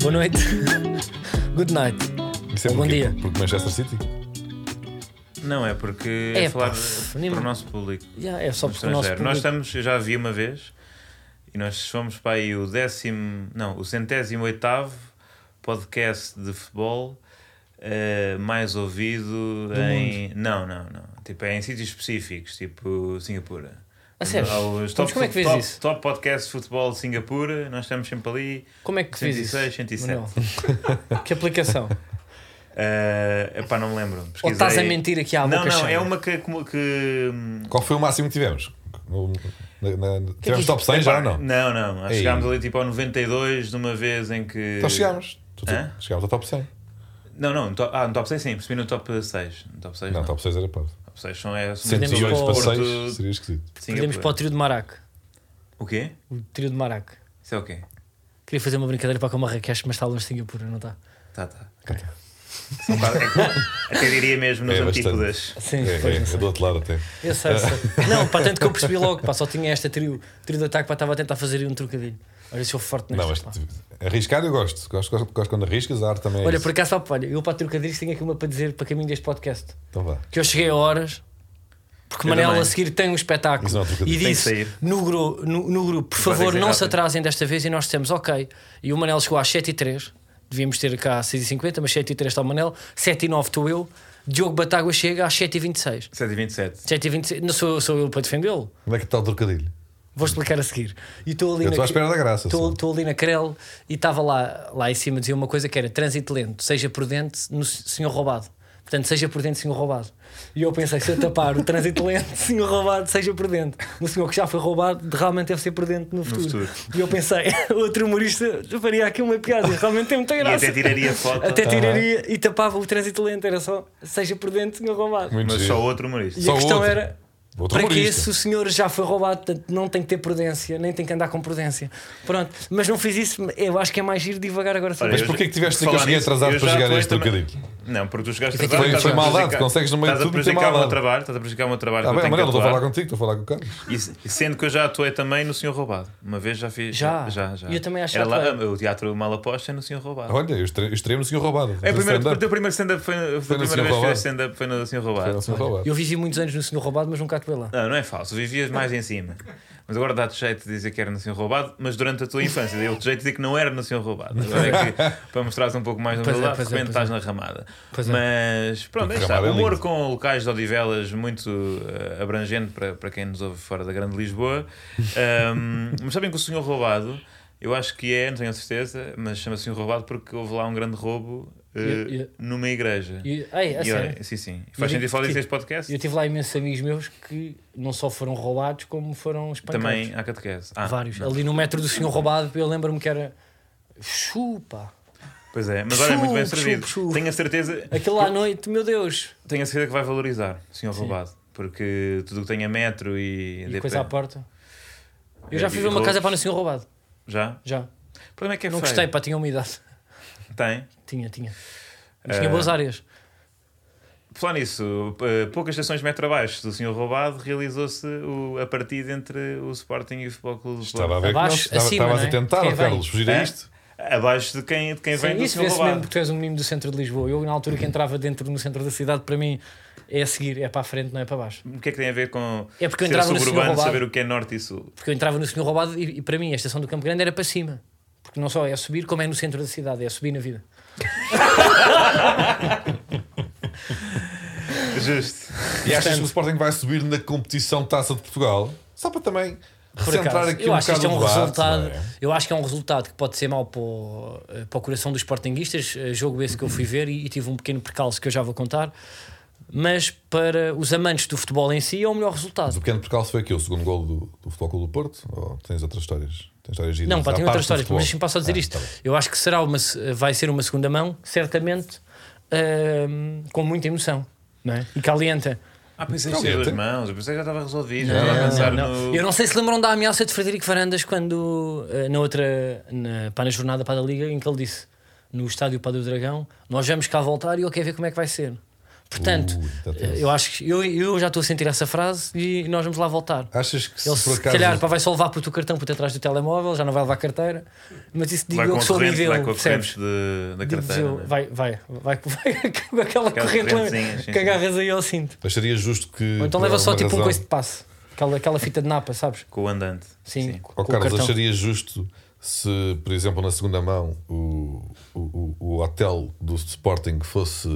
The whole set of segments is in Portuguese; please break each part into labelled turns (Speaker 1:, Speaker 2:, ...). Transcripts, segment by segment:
Speaker 1: Boa noite. Good night.
Speaker 2: Isso é
Speaker 1: Ou bom
Speaker 2: porquê?
Speaker 1: dia.
Speaker 2: Porque Manchester City?
Speaker 3: Não, é porque é,
Speaker 1: É,
Speaker 3: falar
Speaker 1: pá,
Speaker 3: para
Speaker 1: nem-
Speaker 3: o nosso público.
Speaker 1: Yeah, é só porque o nosso
Speaker 3: estrangeiro. Nós
Speaker 1: público-
Speaker 3: estamos, eu já vi uma vez, e nós fomos para aí o décimo, não, o centésimo oitavo podcast de futebol eh, mais ouvido em. Não, não, não. Tipo, é em sítios específicos, tipo Singapura.
Speaker 1: A sério?
Speaker 3: Há os
Speaker 1: Mas
Speaker 3: top,
Speaker 1: como é que vês
Speaker 3: top,
Speaker 1: isso?
Speaker 3: Top podcast de futebol de Singapura, nós estamos sempre ali.
Speaker 1: Como é que fez isso?
Speaker 3: 106, 107.
Speaker 1: Manuel? que aplicação?
Speaker 3: Eh, epá, não me lembro.
Speaker 1: Ou estás a
Speaker 3: Pesquisei.
Speaker 1: mentir aqui à boca
Speaker 3: Não, não,
Speaker 1: cheia?
Speaker 3: é uma que, como- que hum,
Speaker 2: Qual foi o máximo que tivemos? No- na- na- tivemos
Speaker 1: isto-
Speaker 2: top
Speaker 3: é
Speaker 2: 100 É já ou não?
Speaker 3: Não, não. Acho que
Speaker 2: Ei.
Speaker 3: chegámos ali tipo ao 92 de uma vez em que.
Speaker 2: Então chegámos. Tu- tu-
Speaker 3: Hã?
Speaker 2: Chegámos ao top 100.
Speaker 3: Não, não. no to- Ah, no top 6 sim. Percebi no top 6. No top 6 não.
Speaker 2: Não, top 6 era pode.
Speaker 3: Top 6 são é. são
Speaker 2: 108
Speaker 1: para
Speaker 2: para
Speaker 3: Porto,
Speaker 2: 6 seria esquisito.
Speaker 3: Singapura.
Speaker 1: Perdemos para o trio de Marac.
Speaker 3: O quê?
Speaker 1: O trio de Marac.
Speaker 3: Isso é o quê?
Speaker 1: Queria fazer uma brincadeira para com o Marrakech, mas está longe de Singapura, não está?
Speaker 3: Tá, tá.
Speaker 1: Ok.
Speaker 3: São quase- é que- Até diria mesmo nos
Speaker 2: É bastante.
Speaker 3: antípodas.
Speaker 1: Sim,
Speaker 2: É,
Speaker 1: pois,
Speaker 2: é,
Speaker 1: não
Speaker 2: é
Speaker 1: sei.
Speaker 2: do outro lado até.
Speaker 1: Eu sei, eu sei. Não, pá, tanto que eu percebi logo, pá, só tinha esta trio, trio de ataque, pá, estava a tentar fazer aí um trocadilho. Olha, sou forte
Speaker 2: Não,
Speaker 1: nesta,
Speaker 2: mas
Speaker 1: pá.
Speaker 2: te- arriscar eu gosto. Gosto, gosto, gosto quando arriscas, a arte também é
Speaker 1: Olha,
Speaker 2: isso.
Speaker 1: por acaso, pá, olha, eu para trocadilhos tenho aqui uma para dizer para caminho deste podcast.
Speaker 2: Então vá.
Speaker 1: que eu cheguei a horas porque
Speaker 3: Eu
Speaker 1: Manel
Speaker 3: também.
Speaker 1: a seguir tem um espetáculo
Speaker 2: Isso não é outra coisa.
Speaker 1: e
Speaker 3: Tem que
Speaker 1: disse
Speaker 3: sair.
Speaker 1: no, gru- no- no grupo, por
Speaker 3: Vai ter que
Speaker 1: favor,
Speaker 3: ser
Speaker 1: não se
Speaker 3: rápido.
Speaker 1: atrasem desta vez. E nós dissemos ok. E o Manel chegou às 7 e 3 devíamos ter cá às 6h50, mas 7 e 3 está o Manel, 7 e 9 estou eu. Diogo Batágua chega às 7h26.
Speaker 3: 127.
Speaker 1: 7h26, não sou, sou eu para defendê-lo.
Speaker 2: Onde é que está o trocadilho?
Speaker 1: Vou explicar a seguir. E estou ali na-
Speaker 2: Eu estou à espera da graça,
Speaker 1: Estou
Speaker 2: só.
Speaker 1: estou ali na Crel e estava lá, lá em cima, dizia uma coisa que era trânsito lento, seja prudente, no s- senhor roubado. Portanto, seja prudente, senhor roubado. E eu pensei, se eu tapar o trânsito lento, senhor roubado, seja prudente. O senhor que já foi roubado realmente deve ser prudente no futuro.
Speaker 3: futuro.
Speaker 1: E eu pensei, outro humorista faria aqui uma piada, realmente tem muita
Speaker 3: E
Speaker 1: graça.
Speaker 3: até tiraria foto.
Speaker 1: Até tiraria e tapava o trânsito lento, era só, seja prudente, senhor roubado.
Speaker 2: Muito
Speaker 3: Mas
Speaker 2: giro.
Speaker 3: só outro humorista.
Speaker 1: E
Speaker 2: Só
Speaker 1: a questão
Speaker 2: outro.
Speaker 1: era.
Speaker 2: Outro
Speaker 1: para que
Speaker 2: humorista.
Speaker 1: se o senhor já foi roubado, portanto, não tem que ter prudência, nem tem que andar com prudência. Pronto, mas não fiz isso, eu acho que é mais ir devagar agora.
Speaker 3: Olha,
Speaker 2: Mas
Speaker 3: eu
Speaker 2: porquê
Speaker 3: já-
Speaker 2: que tiveste que
Speaker 3: falar
Speaker 2: eu cheguei
Speaker 3: nisso,
Speaker 2: atrasado
Speaker 3: eu
Speaker 2: para
Speaker 3: já
Speaker 2: chegar a
Speaker 3: fui
Speaker 2: este
Speaker 3: também-
Speaker 2: trocadilho?
Speaker 3: Não, porque tu chegaste
Speaker 1: Foi-
Speaker 3: atrasado.
Speaker 1: foi
Speaker 3: estás a
Speaker 2: maldade,
Speaker 3: prejudicar-
Speaker 2: consegues no meio de
Speaker 3: Estás a
Speaker 2: tudo meter
Speaker 3: prejudicar o meu
Speaker 2: maldade.
Speaker 3: trabalho, estás a prejudicar o meu
Speaker 2: Ah,
Speaker 3: trabalho. que eu
Speaker 2: bem,
Speaker 3: tenho que
Speaker 2: Manel, não estou a falar
Speaker 3: atuar.
Speaker 2: contigo, estou a falar com o Carlos.
Speaker 3: E se- sendo que eu já atuei também no Senhor Roubado. Uma vez já fiz.
Speaker 1: Já?
Speaker 3: Já, já.
Speaker 1: E eu também acho que
Speaker 3: Era
Speaker 1: já
Speaker 3: lá,
Speaker 1: atuei.
Speaker 3: O teatro Malaposta é no Senhor Roubado.
Speaker 2: Olha, eu estre- eu estreiei no Senhor Roubado.
Speaker 3: É,
Speaker 2: No
Speaker 3: primeiro, o
Speaker 2: stand-up.
Speaker 3: teu primeiro stand-up foi, foi,
Speaker 2: Foi
Speaker 3: a
Speaker 2: no Senhor
Speaker 3: primeira vez que
Speaker 2: Roubado.
Speaker 3: fez stand-up foi no Senhor
Speaker 2: Foi
Speaker 3: Roubado.
Speaker 2: no Senhor Roubado.
Speaker 1: Eu vivi muitos anos no senhor roubado, mas nunca atuei lá.
Speaker 3: Não, não é falso, vivias mais em cima. Mas agora dá-te jeito de dizer que era no Senhor Roubado, mas durante a tua infância deu-te jeito de dizer que não era no Senhor Roubado. Agora é que, para mostrares um pouco mais da
Speaker 1: Pois é,
Speaker 3: verdade,
Speaker 1: pois
Speaker 3: de
Speaker 1: é,
Speaker 3: repente
Speaker 1: pois é.
Speaker 3: estás na ramada.
Speaker 1: Pois é.
Speaker 3: mas pronto,
Speaker 2: Porque
Speaker 3: aí está.
Speaker 2: ramada é
Speaker 3: Humor
Speaker 2: lindo.
Speaker 3: com locais de Odivelas muito eh, abrangente para, para quem nos ouve fora da Grande Lisboa. Ahm, mas sabem que o Senhor Roubado, eu acho que é, não tenho a certeza, mas chama-se Senhor Roubado porque houve lá um grande roubo eh,
Speaker 1: E- e-
Speaker 3: numa igreja.
Speaker 1: E, ei, a
Speaker 3: E olha,
Speaker 1: sério,
Speaker 3: sim, sim.
Speaker 1: E
Speaker 3: Faz
Speaker 1: eu
Speaker 3: sentido
Speaker 1: digo-te
Speaker 3: falar
Speaker 1: que-
Speaker 3: disso neste podcast?
Speaker 1: eu tive lá imensos amigos meus que não só foram roubados, como foram espancados.
Speaker 3: Também há catequese. Ah,
Speaker 1: Vários.
Speaker 3: não.
Speaker 1: Ali no metro do senhor roubado, eu lembro-me que era. Chupa!
Speaker 3: Pois é, mas olha, muito bem
Speaker 1: Chup,
Speaker 3: servido.
Speaker 1: chup, chup.
Speaker 3: Tenho a certeza,
Speaker 1: Aquilo lá à noite, meu Deus!
Speaker 3: tenho a certeza que vai valorizar, senhor roubado. Porque tudo o que tenha metro e,
Speaker 1: E
Speaker 3: DP.
Speaker 1: coisa à porta. Eu
Speaker 3: É,
Speaker 1: já
Speaker 3: e
Speaker 1: fui ver uma
Speaker 3: roubos.
Speaker 1: casa para no senhor roubado.
Speaker 3: Já?
Speaker 1: Já.
Speaker 3: O problema é que é
Speaker 1: Não
Speaker 3: feio.
Speaker 1: gostei, pá, tinha umidade.
Speaker 3: Tem.
Speaker 1: Tinha, tinha. Mas
Speaker 3: Eh,
Speaker 1: tinha boas áreas.
Speaker 3: Falar nisso, eh, poucas estações de metro abaixo do senhor roubado realizou-se o- a partida entre o Sporting e o Futebol Clube do
Speaker 2: Estava a
Speaker 3: Porto.
Speaker 2: ver que não,
Speaker 1: Abaixo,
Speaker 2: estava-
Speaker 1: acima,
Speaker 2: estavas
Speaker 1: não
Speaker 2: a
Speaker 1: é?
Speaker 2: tentar,
Speaker 1: Quem
Speaker 2: ó Carlos,
Speaker 1: vem?
Speaker 2: fugir a
Speaker 3: É?
Speaker 2: isto.
Speaker 3: Abaixo de quem, de quem vem
Speaker 1: Sim,
Speaker 3: do
Speaker 1: isso
Speaker 3: senhor
Speaker 1: vê-se mesmo
Speaker 3: roubado.
Speaker 1: porque tu és um menino do centro de Lisboa. Eu, na altura que entrava dentro no centro da cidade, para mim é a seguir, é para a frente, não é para baixo.
Speaker 3: O que é que tem a ver com
Speaker 1: É porque eu
Speaker 3: ser
Speaker 1: entrava no Senhor
Speaker 3: suburbano,
Speaker 1: Roubado.
Speaker 3: saber o que é norte e sul?
Speaker 1: Porque eu entrava no Senhor Roubado e, e para mim a estação do Campo Grande era para cima. Porque não só é subir, como é no centro da cidade, é subir na vida.
Speaker 3: Justo.
Speaker 1: É?
Speaker 2: E achas que o Sporting vai subir na competição de Taça de Portugal? Só para também
Speaker 1: Por
Speaker 2: recentrar
Speaker 1: acaso,
Speaker 2: aqui
Speaker 1: eu
Speaker 2: um
Speaker 1: acho que
Speaker 2: bocado
Speaker 1: isto é um
Speaker 2: o debate,
Speaker 1: resultado.
Speaker 2: não é?
Speaker 1: Eu acho que é um resultado que pode ser mau para o, para o coração dos sportinguistas. eh, Jogo esse que eu fui ver e, e tive um pequeno percalço que eu já vou contar. Mas para os amantes do futebol em si é o melhor
Speaker 2: Mas o
Speaker 1: resultado.
Speaker 2: pequeno percalço foi aqui, o segundo gol do, do Futebol Clube do Porto? Ou tens outras histórias? Tens histórias giras
Speaker 1: Não, pá,
Speaker 2: à
Speaker 1: tem
Speaker 2: parte
Speaker 1: outra
Speaker 2: do
Speaker 1: história,
Speaker 2: futebol?
Speaker 1: mas deixa-me passar a dizer
Speaker 2: Ah,
Speaker 1: isto.
Speaker 2: tá bem.
Speaker 1: Eu acho que será uma, se- vai ser uma segunda mão, certamente ahm, com muita emoção. Não é? E calienta.
Speaker 3: Ah, pensei que
Speaker 2: Não,
Speaker 3: seria
Speaker 2: eu
Speaker 3: duas
Speaker 2: tenho-
Speaker 3: mãos, eu pensei que já estava resolvido, já estava a pensar
Speaker 1: Não,
Speaker 3: no.
Speaker 1: Eu não sei se lembram da ameaça de Frederico Varandas quando, ah, na outra, na, pá, na jornada para a Liga, em que ele disse no estádio para do Dragão: Nós vamos cá voltar e eu quero ver como é que vai ser. Portanto,
Speaker 2: Ui, está tenso.
Speaker 1: eu acho que eu, eu já estou a sentir essa frase e nós vamos lá voltar.
Speaker 2: Achas que se
Speaker 1: Ele
Speaker 2: por
Speaker 1: se
Speaker 2: acaso.
Speaker 1: calhar pá, vai só levar para o teu cartão por atrás do telemóvel, já não vai levar carteira, mas isso digo
Speaker 3: Vai
Speaker 1: eu
Speaker 3: com
Speaker 1: que
Speaker 3: a
Speaker 1: sou amigo
Speaker 3: corrente, vai
Speaker 1: dele,
Speaker 3: com a
Speaker 1: percebes?
Speaker 3: corrente de- da
Speaker 1: Digo
Speaker 3: carteira.
Speaker 1: eu,
Speaker 3: né?
Speaker 1: vai, vai, vai, vai com aquela
Speaker 3: Aquelas
Speaker 1: corrente lá
Speaker 3: correntezinhas,
Speaker 1: que
Speaker 3: sim, sim.
Speaker 1: agarras aí ao cinto.
Speaker 2: Acharia justo que.
Speaker 1: Ou então
Speaker 2: por
Speaker 1: leva só
Speaker 2: alguma
Speaker 1: tipo um
Speaker 2: razão-
Speaker 1: coice de passe, aquela, aquela fita de napa, sabes?
Speaker 3: Com o andante.
Speaker 1: Sim,
Speaker 3: Sim.
Speaker 1: com
Speaker 2: Ó
Speaker 1: com o
Speaker 2: Oh, Carlos,
Speaker 1: cartão.
Speaker 2: acharia justo se, por exemplo, na segunda mão o, o, o- o hotel do Sporting fosse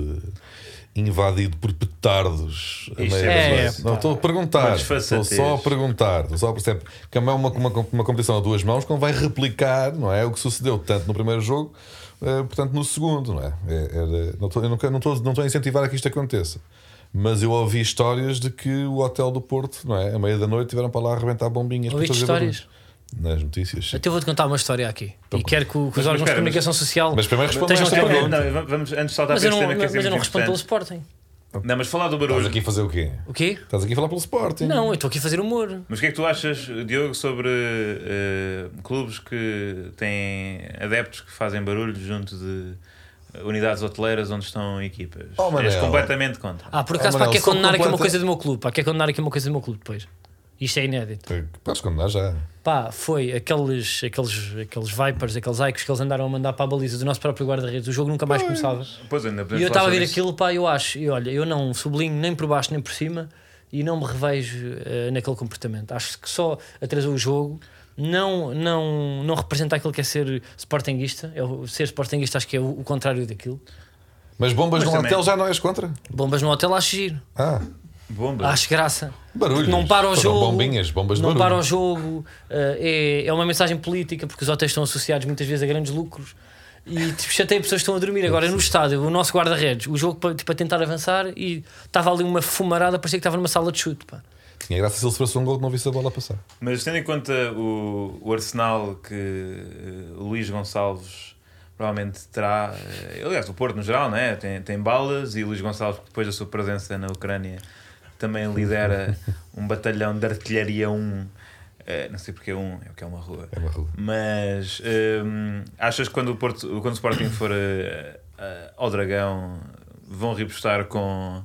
Speaker 2: invadido por petardos a
Speaker 3: Isto
Speaker 1: é
Speaker 2: meia da
Speaker 1: verdade.
Speaker 2: noite?
Speaker 1: É,
Speaker 2: Não,
Speaker 3: pá.
Speaker 2: estou a perguntar.
Speaker 3: Mas
Speaker 2: Estou
Speaker 3: façatez.
Speaker 2: só a perguntar. Estou só a perceber. Que é uma, uma, uma, uma competição a duas mãos que não vai replicar não é, o que sucedeu tanto no primeiro jogo. eh, portanto, no segundo, não é? É- era- não estou- eu não quero- não estou não estou a incentivar a que isto aconteça, mas eu ouvi histórias de que o hotel do Porto, não é? À meia da noite tiveram para lá arrebentar bombinhas. para
Speaker 1: Ouviste
Speaker 2: fazer barulho.
Speaker 1: histórias?
Speaker 2: Nas notícias. sim.
Speaker 1: Até vou-te contar uma história aqui.
Speaker 2: Então
Speaker 1: e quero que, o- que os
Speaker 3: mas
Speaker 1: órgãos de
Speaker 3: espera,
Speaker 1: comunicação social.
Speaker 2: Mas primeiro responde
Speaker 1: estejam
Speaker 2: esta
Speaker 1: atentos.
Speaker 2: pergunta.
Speaker 3: Não, vamos- vamos antes de saltar
Speaker 1: Mas eu
Speaker 3: para este
Speaker 1: não,
Speaker 3: tema que é
Speaker 1: mas eu
Speaker 3: sempre
Speaker 1: não respondo pelo
Speaker 3: importante.
Speaker 1: Sporting.
Speaker 3: Não, mas falar do
Speaker 2: Estás
Speaker 3: barulho.
Speaker 2: aqui a fazer o quê?
Speaker 1: O quê?
Speaker 2: Estás aqui a falar pelo Sporting?
Speaker 1: Não, eu estou aqui a fazer humor.
Speaker 3: Mas o que é que tu achas, Diogo, sobre eh, clubes que têm adeptos que fazem barulho junto de unidades hoteleiras onde estão equipas?
Speaker 2: Oh, Manel.
Speaker 3: És completamente contra.
Speaker 1: Ah, por
Speaker 2: Oh,
Speaker 1: acaso, para
Speaker 2: Manel,
Speaker 1: que é
Speaker 2: sou
Speaker 1: condenar aqui uma
Speaker 2: completa-
Speaker 1: coisa do meu clube? Para que é condenar aqui uma coisa do meu clube depois? Isto é inédito.
Speaker 2: Eh, Podes condenar já.
Speaker 1: Pá, foi aqueles, aqueles, aqueles Vipers, aqueles Icos que eles andaram a mandar para a baliza do nosso próprio guarda-redes. O jogo nunca mais começava.
Speaker 3: Pois ainda podemos
Speaker 1: E eu
Speaker 3: falar
Speaker 1: estava a ver
Speaker 3: sobre isso.
Speaker 1: aquilo, pá, eu acho, e olha, eu não sublinho nem por baixo nem por cima e não me revejo eh, naquele comportamento. Acho que só atrasou o jogo, não, não, não representa aquilo que é ser sportinguista. Eu, ser sportinguista acho que é o, o contrário daquilo.
Speaker 2: Mas bombas
Speaker 3: Mas
Speaker 2: no
Speaker 3: também-
Speaker 2: hotel já não és contra?
Speaker 1: Bombas no hotel acho giro,
Speaker 2: Ah,
Speaker 3: Bomba.
Speaker 1: acho graça.
Speaker 2: barulho.
Speaker 1: Não para o jogo.
Speaker 2: Bombinhas, bombas de
Speaker 1: não
Speaker 2: barulho.
Speaker 1: para o jogo. eh, é, é uma mensagem política, porque os hotéis estão associados muitas vezes a grandes lucros. E tipo, chatei pessoas que estão a dormir. Agora, no estádio, o nosso guarda-redes, o jogo para tipo, a tentar avançar e estava ali uma fumarada, parecia que estava numa sala de chute. Pá.
Speaker 2: Tinha graça se ele sofresse um gol que não visse a bola passar.
Speaker 3: Mas tendo em conta o, o arsenal que eh, o Luís Gonçalves provavelmente terá, eh, aliás, o Porto no geral, né? tem, tem balas e o Luís Gonçalves, que depois da sua presença na Ucrânia, também lidera um batalhão de artilharia 1. eh, não sei porque é um, é o que é uma rua.
Speaker 2: É uma rua.
Speaker 3: Mas hum, achas que quando o, Porto, quando o Sporting for eh, eh, ao Dragão vão repostar com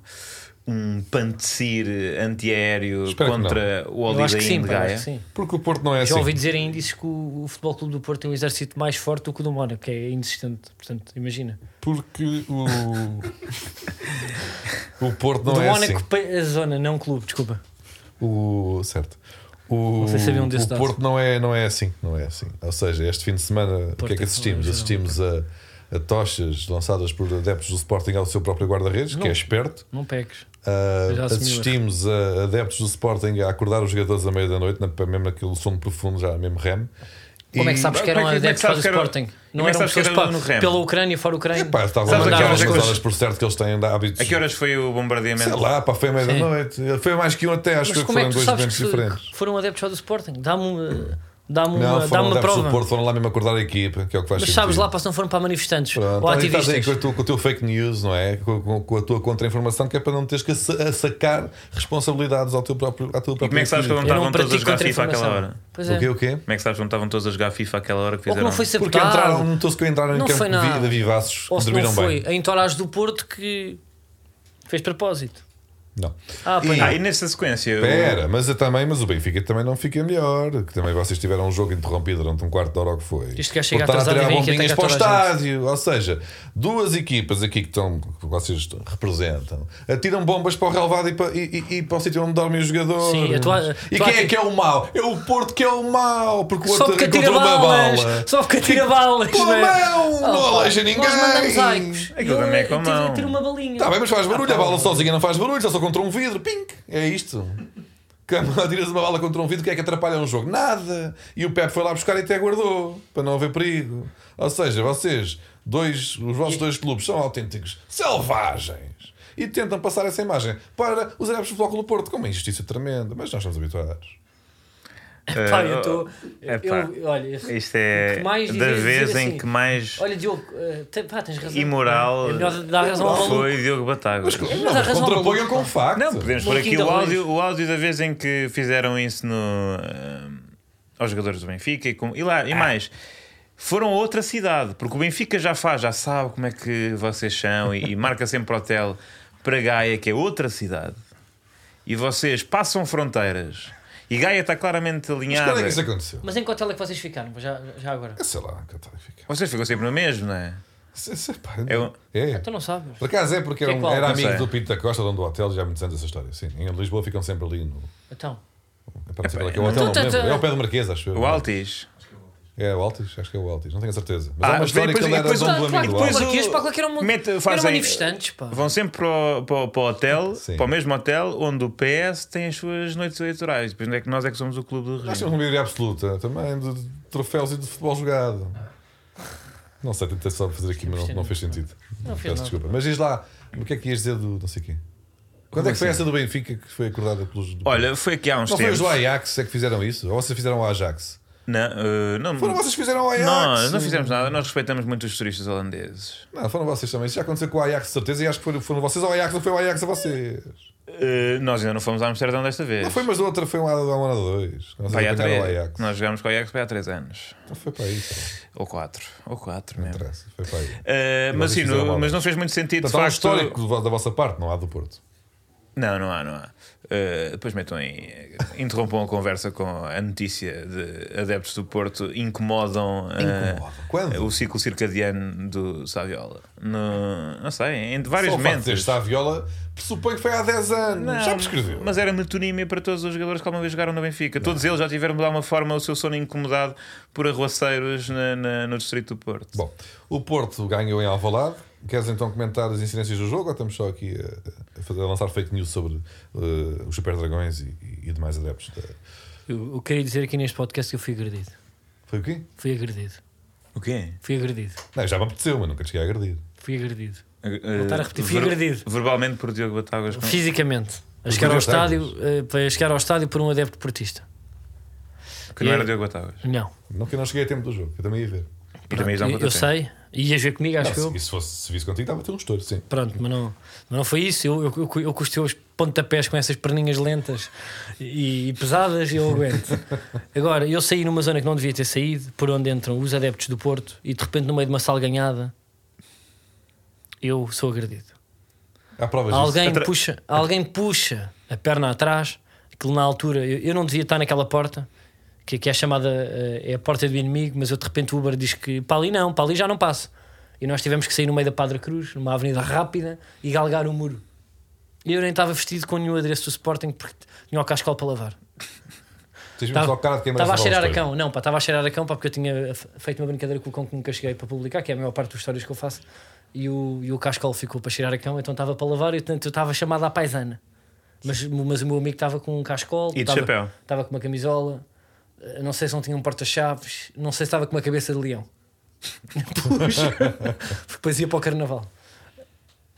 Speaker 3: um pantecir antiaéreo
Speaker 2: Espero que não.
Speaker 3: contra o
Speaker 1: Eu acho
Speaker 3: Oliveira
Speaker 1: que sim,
Speaker 3: de
Speaker 1: pá, eu acho
Speaker 3: Gaia?
Speaker 1: que sim.
Speaker 2: Porque o Porto não é assim.
Speaker 1: Já ouvi dizer em índices que o, o Futebol Clube do Porto tem um exército mais forte do que o do Mónaco, que é insistente. Portanto, imagina.
Speaker 2: Porque o. o Porto não
Speaker 1: do
Speaker 2: é
Speaker 1: Mónaco,
Speaker 2: assim.
Speaker 1: pa- a zona, não clube, desculpa.
Speaker 2: O... Certo. O,
Speaker 1: Vocês sabiam desse
Speaker 2: o
Speaker 1: dado.
Speaker 2: Porto não é, não é assim, não é assim. Ou seja, este fim de semana, o
Speaker 1: Porto
Speaker 2: que é
Speaker 1: é que
Speaker 2: que assistimos?
Speaker 1: não é
Speaker 2: Assistimos a, a tochas lançadas por adeptos do Sporting ao seu próprio guarda-redes, que
Speaker 1: Não.
Speaker 2: é esperto.
Speaker 1: Não peques.
Speaker 2: Uh,
Speaker 1: Já assumiu.
Speaker 2: assistimos a adeptos do Sporting a acordar os jogadores à meia-da-noite, na- mesmo aquele sono profundo, já mesmo rem.
Speaker 1: Como é que
Speaker 2: E-
Speaker 1: sabes que eram
Speaker 3: Como é que- como é que
Speaker 1: adeptos para
Speaker 3: sabes
Speaker 1: o
Speaker 3: que eram-
Speaker 1: Sporting? Não
Speaker 3: como é que
Speaker 1: eram
Speaker 3: sabes que
Speaker 1: pessoas
Speaker 3: eram
Speaker 1: pa-
Speaker 3: no remo?
Speaker 1: pela Ucrânia, fora a Ucrânia.
Speaker 2: Epá, estavam a
Speaker 3: Sabes
Speaker 2: mandar
Speaker 3: aquelas
Speaker 2: umas
Speaker 3: coisas-
Speaker 2: coisas por certo que eles têm de hábitos.
Speaker 3: é A que é horas foi o bombardeamento?
Speaker 2: Sei lá, pá, foi a meia-da
Speaker 1: Sim.
Speaker 2: noite. Foi mais que um até, acho
Speaker 1: Mas
Speaker 2: que
Speaker 1: como é
Speaker 2: foram
Speaker 1: que tu
Speaker 2: dois
Speaker 1: sabes
Speaker 2: eventos
Speaker 1: que,
Speaker 2: diferentes.
Speaker 1: que foram adeptos só do Sporting? Dá-me uh, dá-me
Speaker 2: Não,
Speaker 1: uma, dá-me
Speaker 2: foram
Speaker 1: uma
Speaker 2: adeptos do
Speaker 1: prova.
Speaker 2: Porto, foram lá mesmo acordar a equipa, que é o que faz
Speaker 1: Mas sabes
Speaker 2: sentido.
Speaker 1: lá para se não foram para manifestantes
Speaker 2: Pronto,
Speaker 1: ou
Speaker 2: aí estás aí
Speaker 1: ativistas.
Speaker 2: com, a tua- com o teu fake news, não é? Com, com- com a tua contra-informação, que é para não teres que a, sa- a sacar responsabilidades ao teu próprio, à tua própria
Speaker 3: E como é que sabes que não
Speaker 2: equipa.
Speaker 1: Eu não
Speaker 3: estavam todos
Speaker 1: pratico
Speaker 3: a jogar
Speaker 1: contra
Speaker 3: FIFA àquela
Speaker 1: informação.
Speaker 3: hora?
Speaker 1: Pois
Speaker 2: O quê,
Speaker 1: é.
Speaker 2: o quê?
Speaker 3: Como é que sabes que não estavam todos a jogar FIFA àquela hora que
Speaker 1: Ou que
Speaker 3: fizeram? Ah,
Speaker 1: é. não foi
Speaker 2: Porque entraram,
Speaker 1: sabotado.
Speaker 2: notou-se que entraram em
Speaker 1: Não
Speaker 2: campo
Speaker 1: foi nada.
Speaker 2: de vivaços,
Speaker 1: Ou se não
Speaker 2: dormiram
Speaker 1: foi
Speaker 2: bem.
Speaker 1: a Entourage do Porto que fez propósito.
Speaker 2: Não.
Speaker 1: Ah, pois
Speaker 2: E-
Speaker 1: não.
Speaker 3: Ah, e nessa sequência. o-
Speaker 2: Pera, mas eu também, mas o Benfica também não fica melhor. Que também vocês tiveram um jogo interrompido durante um quarto de hora ou que foi.
Speaker 1: Isto quer chegar
Speaker 2: Por estar
Speaker 1: atrasado
Speaker 2: a
Speaker 1: e
Speaker 2: tirar
Speaker 1: vem aqui
Speaker 2: bombinhas para o
Speaker 1: atacar toda a
Speaker 2: estádio. Ou seja, duas equipas aqui que estão, que vocês representam, atiram bombas para o relevado e para, e- e- e para o sítio onde dormem os jogadores.
Speaker 1: Sim, a tua-
Speaker 2: e
Speaker 1: tua
Speaker 2: quem é
Speaker 1: ati-
Speaker 2: que é o mau? É o Porto que é o mau, porque o
Speaker 1: Só
Speaker 2: outro
Speaker 1: porque atira
Speaker 2: encontrou uma
Speaker 1: balas!
Speaker 2: bala.
Speaker 1: Só porque atira balas!
Speaker 2: Com a
Speaker 1: né?
Speaker 2: mão! Não
Speaker 1: pá,
Speaker 2: aleja
Speaker 1: Nós
Speaker 2: ninguém!
Speaker 1: mandamos aicos.
Speaker 3: Aquilo também é com a
Speaker 1: Ele atira-
Speaker 3: mão. Tá
Speaker 1: Atira uma balinha.
Speaker 2: Está Tá bem, mas faz barulho, é a bala sozinha não faz barulho, está só contra um vidro, pink, é isto. Quando Atiras uma bala contra um vidro, o que é que atrapalha um jogo? Nada! E o Pepe foi lá buscar e até guardou, para não haver perigo. Ou seja, vocês, dois, os vossos dois clubes são autênticos selvagens e tentam passar essa imagem para os adeptos do Futebol Clube do Porto, com uma injustiça tremenda, mas nós estamos habituados.
Speaker 3: Eh,
Speaker 1: Pá, eu estou.
Speaker 3: é pá.
Speaker 1: Eu, olha, eu-
Speaker 3: Isto é
Speaker 1: O que mais
Speaker 3: da
Speaker 1: dizer-
Speaker 3: vez
Speaker 1: dizer
Speaker 3: em
Speaker 1: assim,
Speaker 3: que mais
Speaker 1: Olha, Diogo, eh, te- pá, tens razão.
Speaker 3: imoral
Speaker 1: É melhor dar razão ao maluco.
Speaker 3: eh, foi Diogo Batagos.
Speaker 2: Mas, claro,
Speaker 1: mas há razão,
Speaker 2: contraponham
Speaker 1: maluco,
Speaker 2: com
Speaker 1: pá.
Speaker 2: facto.
Speaker 3: Não, podemos pôr
Speaker 1: Maluquinho
Speaker 3: aqui o
Speaker 1: da
Speaker 3: áudio, o áudio da vez em que fizeram isso no, ah, aos jogadores do Benfica e, com- e lá,
Speaker 2: Ah.
Speaker 3: e mais. Foram a outra cidade, porque o Benfica já faz, já sabe como é que vocês são e, e marca sempre para o hotel. para Gaia, que é outra cidade, e vocês passam fronteiras. E Gaia está claramente
Speaker 2: Mas
Speaker 3: alinhada.
Speaker 2: quando é que isso aconteceu?
Speaker 1: Mas em que hotel é que vocês ficaram? Já, já agora.
Speaker 2: Sei lá, que eu tenho que ficar.
Speaker 3: Vocês ficam sempre no mesmo, não é?
Speaker 2: Sei- sei, pá,
Speaker 3: É um-
Speaker 2: é.
Speaker 1: Tu não sabes.
Speaker 2: Por acaso é porque
Speaker 1: Que é
Speaker 2: era, um-
Speaker 1: qual?
Speaker 2: era
Speaker 3: Não
Speaker 2: amigo
Speaker 3: sei.
Speaker 2: do Pinto da Costa, dono do hotel, já há muitos anos essa história. Sim, em Lisboa ficam sempre ali no.
Speaker 1: Então.
Speaker 2: É, para não sei qual é, que é
Speaker 3: não-
Speaker 2: o hotel, não
Speaker 1: Tu-
Speaker 2: me
Speaker 1: tu-
Speaker 2: lembro.
Speaker 1: tu-
Speaker 2: é o pé do Marquês, acho eu.
Speaker 3: O Altis.
Speaker 2: É o Altis, acho que é o Altis, não tenho a certeza. Mas
Speaker 3: Ah,
Speaker 2: é uma
Speaker 3: mas
Speaker 2: história que
Speaker 3: depois-
Speaker 2: ele era
Speaker 3: depois-
Speaker 2: dono do
Speaker 1: Claro,
Speaker 2: amigo
Speaker 1: claro,
Speaker 2: do
Speaker 3: depois
Speaker 2: Altis.
Speaker 1: claro, aqueles,
Speaker 3: o-
Speaker 1: pá, claro que eram, mu-
Speaker 3: mete-
Speaker 1: eram
Speaker 3: fazem-
Speaker 1: manifestantes, pá.
Speaker 3: Vão sempre para o, para o- para o hotel,
Speaker 2: Sim.
Speaker 3: para o mesmo hotel onde o PS tem as suas noites eleitorais. Depois onde é que nós é que somos o clube do
Speaker 2: Acho que
Speaker 3: regime.
Speaker 2: é uma maioria absoluta também de troféus e de futebol jogado. Não sei, tentei só fazer aqui, mas não, não fez sentido.
Speaker 1: Não fez
Speaker 2: Peço
Speaker 1: nada.
Speaker 2: desculpa. Mas diz lá, o que é que ias dizer do não sei quê? Quando é que foi essa do Benfica que foi acordada pelos.
Speaker 3: assim? Olha, foi aqui há uns
Speaker 2: não foi
Speaker 3: tempos.
Speaker 2: os do Ajax é que fizeram isso? Ou vocês fizeram o Ajax?
Speaker 3: Não, eh, não,
Speaker 2: Foram vocês que fizeram o Ajax?
Speaker 3: Nós não fizemos nada, nós respeitamos muito os turistas holandeses.
Speaker 2: Não, foram vocês também. Isso já aconteceu com o Ajax, de certeza, e acho que foram, foram vocês ao Ajax, não foi o Ajax a vocês.
Speaker 3: Eh, nós ainda não fomos a Amsterdão desta vez.
Speaker 2: Não foi, mas da outra foi um lado da Amora 2. Quando
Speaker 3: Vai
Speaker 2: vocês
Speaker 3: há
Speaker 2: apanharam o
Speaker 3: três-
Speaker 2: Ajax.
Speaker 3: Nós jogámos com o Ajax para há 3 anos.
Speaker 2: Então foi para aí. pá.
Speaker 3: Ou 4. Ou 4
Speaker 2: Não
Speaker 3: mesmo.
Speaker 2: interessa. Foi para aí.
Speaker 3: Eh,
Speaker 2: vocês
Speaker 3: mas, sim,
Speaker 2: fizeram
Speaker 3: no-
Speaker 2: mal.
Speaker 3: mas não fez muito sentido.
Speaker 2: Portanto, há um
Speaker 3: de facto,
Speaker 2: histórico do- da vossa parte, não há do Porto.
Speaker 3: Não, não há, não há. Uh, depois metam em. Interrompam a conversa com a notícia de adeptos do Porto incomodam, uh,
Speaker 2: Incomoda. Quando?
Speaker 3: o ciclo circadiano do Saviola. No- não sei, em
Speaker 2: Só
Speaker 3: vários
Speaker 2: o facto de ter
Speaker 3: momentos.
Speaker 2: estado à viola, pressupõe que foi há 10 anos.
Speaker 3: Não,
Speaker 2: já me escreveu.
Speaker 3: Mas era metonímia para todos os jogadores que alguma vez jogaram no Benfica. Todos eles já tiveram de alguma forma o seu sono incomodado por arruaceiros na- na- no distrito do Porto.
Speaker 2: Bom, o Porto ganhou em Alvalade. Queres então comentar as incidências do jogo ou estamos só aqui a, a fazer- a lançar fake news sobre eh, os Super Dragões e, e- e demais adeptos? da-
Speaker 1: Eu, eu queria dizer aqui neste podcast que eu fui agredido.
Speaker 2: Foi o quê?
Speaker 1: Fui agredido.
Speaker 3: O quê?
Speaker 1: Fui agredido.
Speaker 2: Não, já me apeteceu, mas nunca te cheguei a agredir.
Speaker 1: Fui agredido.
Speaker 2: Eh,
Speaker 3: Vou
Speaker 1: estar a repetir, fui agredido.
Speaker 3: Verbalmente por Diogo Batáguas. com-
Speaker 1: Fisicamente. A
Speaker 2: Os
Speaker 1: chegar ao
Speaker 2: dois
Speaker 1: estádio, eh, para chegar ao estádio por um adepto portista.
Speaker 3: Que não
Speaker 1: E-
Speaker 3: era Diogo Batáguas.
Speaker 1: Não.
Speaker 2: Não que eu não cheguei a tempo do jogo, eu também ia ver.
Speaker 3: E também já
Speaker 1: eu, eu sei. Ias ver comigo, acho que
Speaker 2: Não,
Speaker 1: eu.
Speaker 2: se, e se fosse, se visse contigo, estava a ter um estouro, sim.
Speaker 1: Pronto, mas não, mas não foi isso. Eu, eu, eu, eu com os teus pontapés com essas perninhas lentas e, e pesadas, eu aguento. Agora, eu saí numa zona que não devia ter saído, por onde entram os adeptos do Porto, e de repente, no meio de uma salganhada, eu sou agredido.
Speaker 2: Há provas disso.
Speaker 1: Alguém
Speaker 3: Atra-
Speaker 1: puxa, alguém puxa a perna atrás, que na altura eu, eu não devia estar naquela porta, que, que é chamada eh, é a porta do inimigo, mas eu de repente o Uber diz que para ali não, para ali já não passo. E nós tivemos que sair no meio da Padre Cruz, numa avenida rápida, e galgar o muro. E eu nem estava vestido com nenhum adereço do Sporting porque tinha o cascal para lavar.
Speaker 2: Tens mesmo
Speaker 1: Estava
Speaker 2: só o cara de quem merece
Speaker 1: estava a
Speaker 2: levar um
Speaker 1: cheirar a
Speaker 2: estouro.
Speaker 1: cão, não, pá, estava a cheirar a cão pá, porque eu tinha eh, feito uma brincadeira com o cão que nunca cheguei para publicar, que é a maior parte dos histórias que eu faço, e o, e o cascolo ficou para cheirar a cão, então estava para lavar e portanto eu estava chamado à paisana. Mas, mas o meu amigo estava com um cascolo,
Speaker 3: E de
Speaker 1: estava,
Speaker 3: chapéu.
Speaker 1: estava com uma camisola, eh, não sei se não tinha um porta-chaves, não sei se estava com uma cabeça de leão. Puxa, porque depois ia para o carnaval.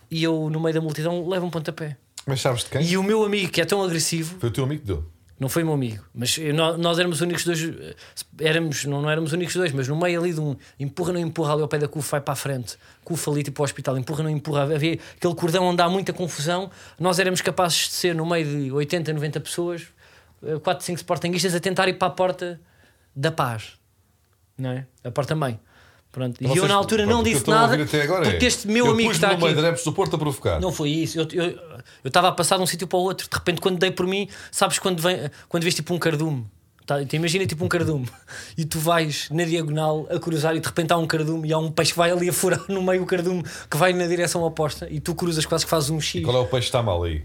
Speaker 1: E eu, no meio da multidão, levo um pontapé.
Speaker 2: Mas sabes de quem?
Speaker 1: E o meu amigo, que é tão agressivo,
Speaker 2: Foi o teu amigo que deu.
Speaker 1: não foi meu amigo, mas eh, nó- nós éramos os únicos dois. eh, Éramos, não, não éramos os únicos dois, mas no meio ali de um empurra, não empurra, ali ao pé da cufa, vai para a frente, cufa ali tipo ao hospital, empurra, não empurra. Havia aquele cordão onde há muita confusão. Nós éramos capazes de ser, no meio de 80, 90 pessoas, 4, 5 sportinguistas a tentar ir para a porta da paz, não é? A porta-mãe. Pronto. E eu
Speaker 2: Vocês-
Speaker 1: na altura não
Speaker 2: pronto, o que eu
Speaker 1: disse
Speaker 2: estou a
Speaker 1: nada,
Speaker 2: ouvir até agora
Speaker 1: porque
Speaker 2: é,
Speaker 1: este meu
Speaker 2: eu
Speaker 1: amigo que
Speaker 2: pus-me
Speaker 1: está
Speaker 2: no meio
Speaker 1: aqui.
Speaker 2: de adeptos do Porto a provocar.
Speaker 1: Não foi isso. Eu eu- eu estava a passar de um sítio para o outro. De repente, quando dei por mim, sabes quando, vem, quando vês tipo um cardume? Tá, te imagina tipo um cardume e tu vais na diagonal a cruzar e de repente há um cardume e há um peixe que vai ali a furar no meio o cardume que vai na direção oposta e tu cruzas quase que fazes um X.
Speaker 2: Qual é o peixe que está mal aí?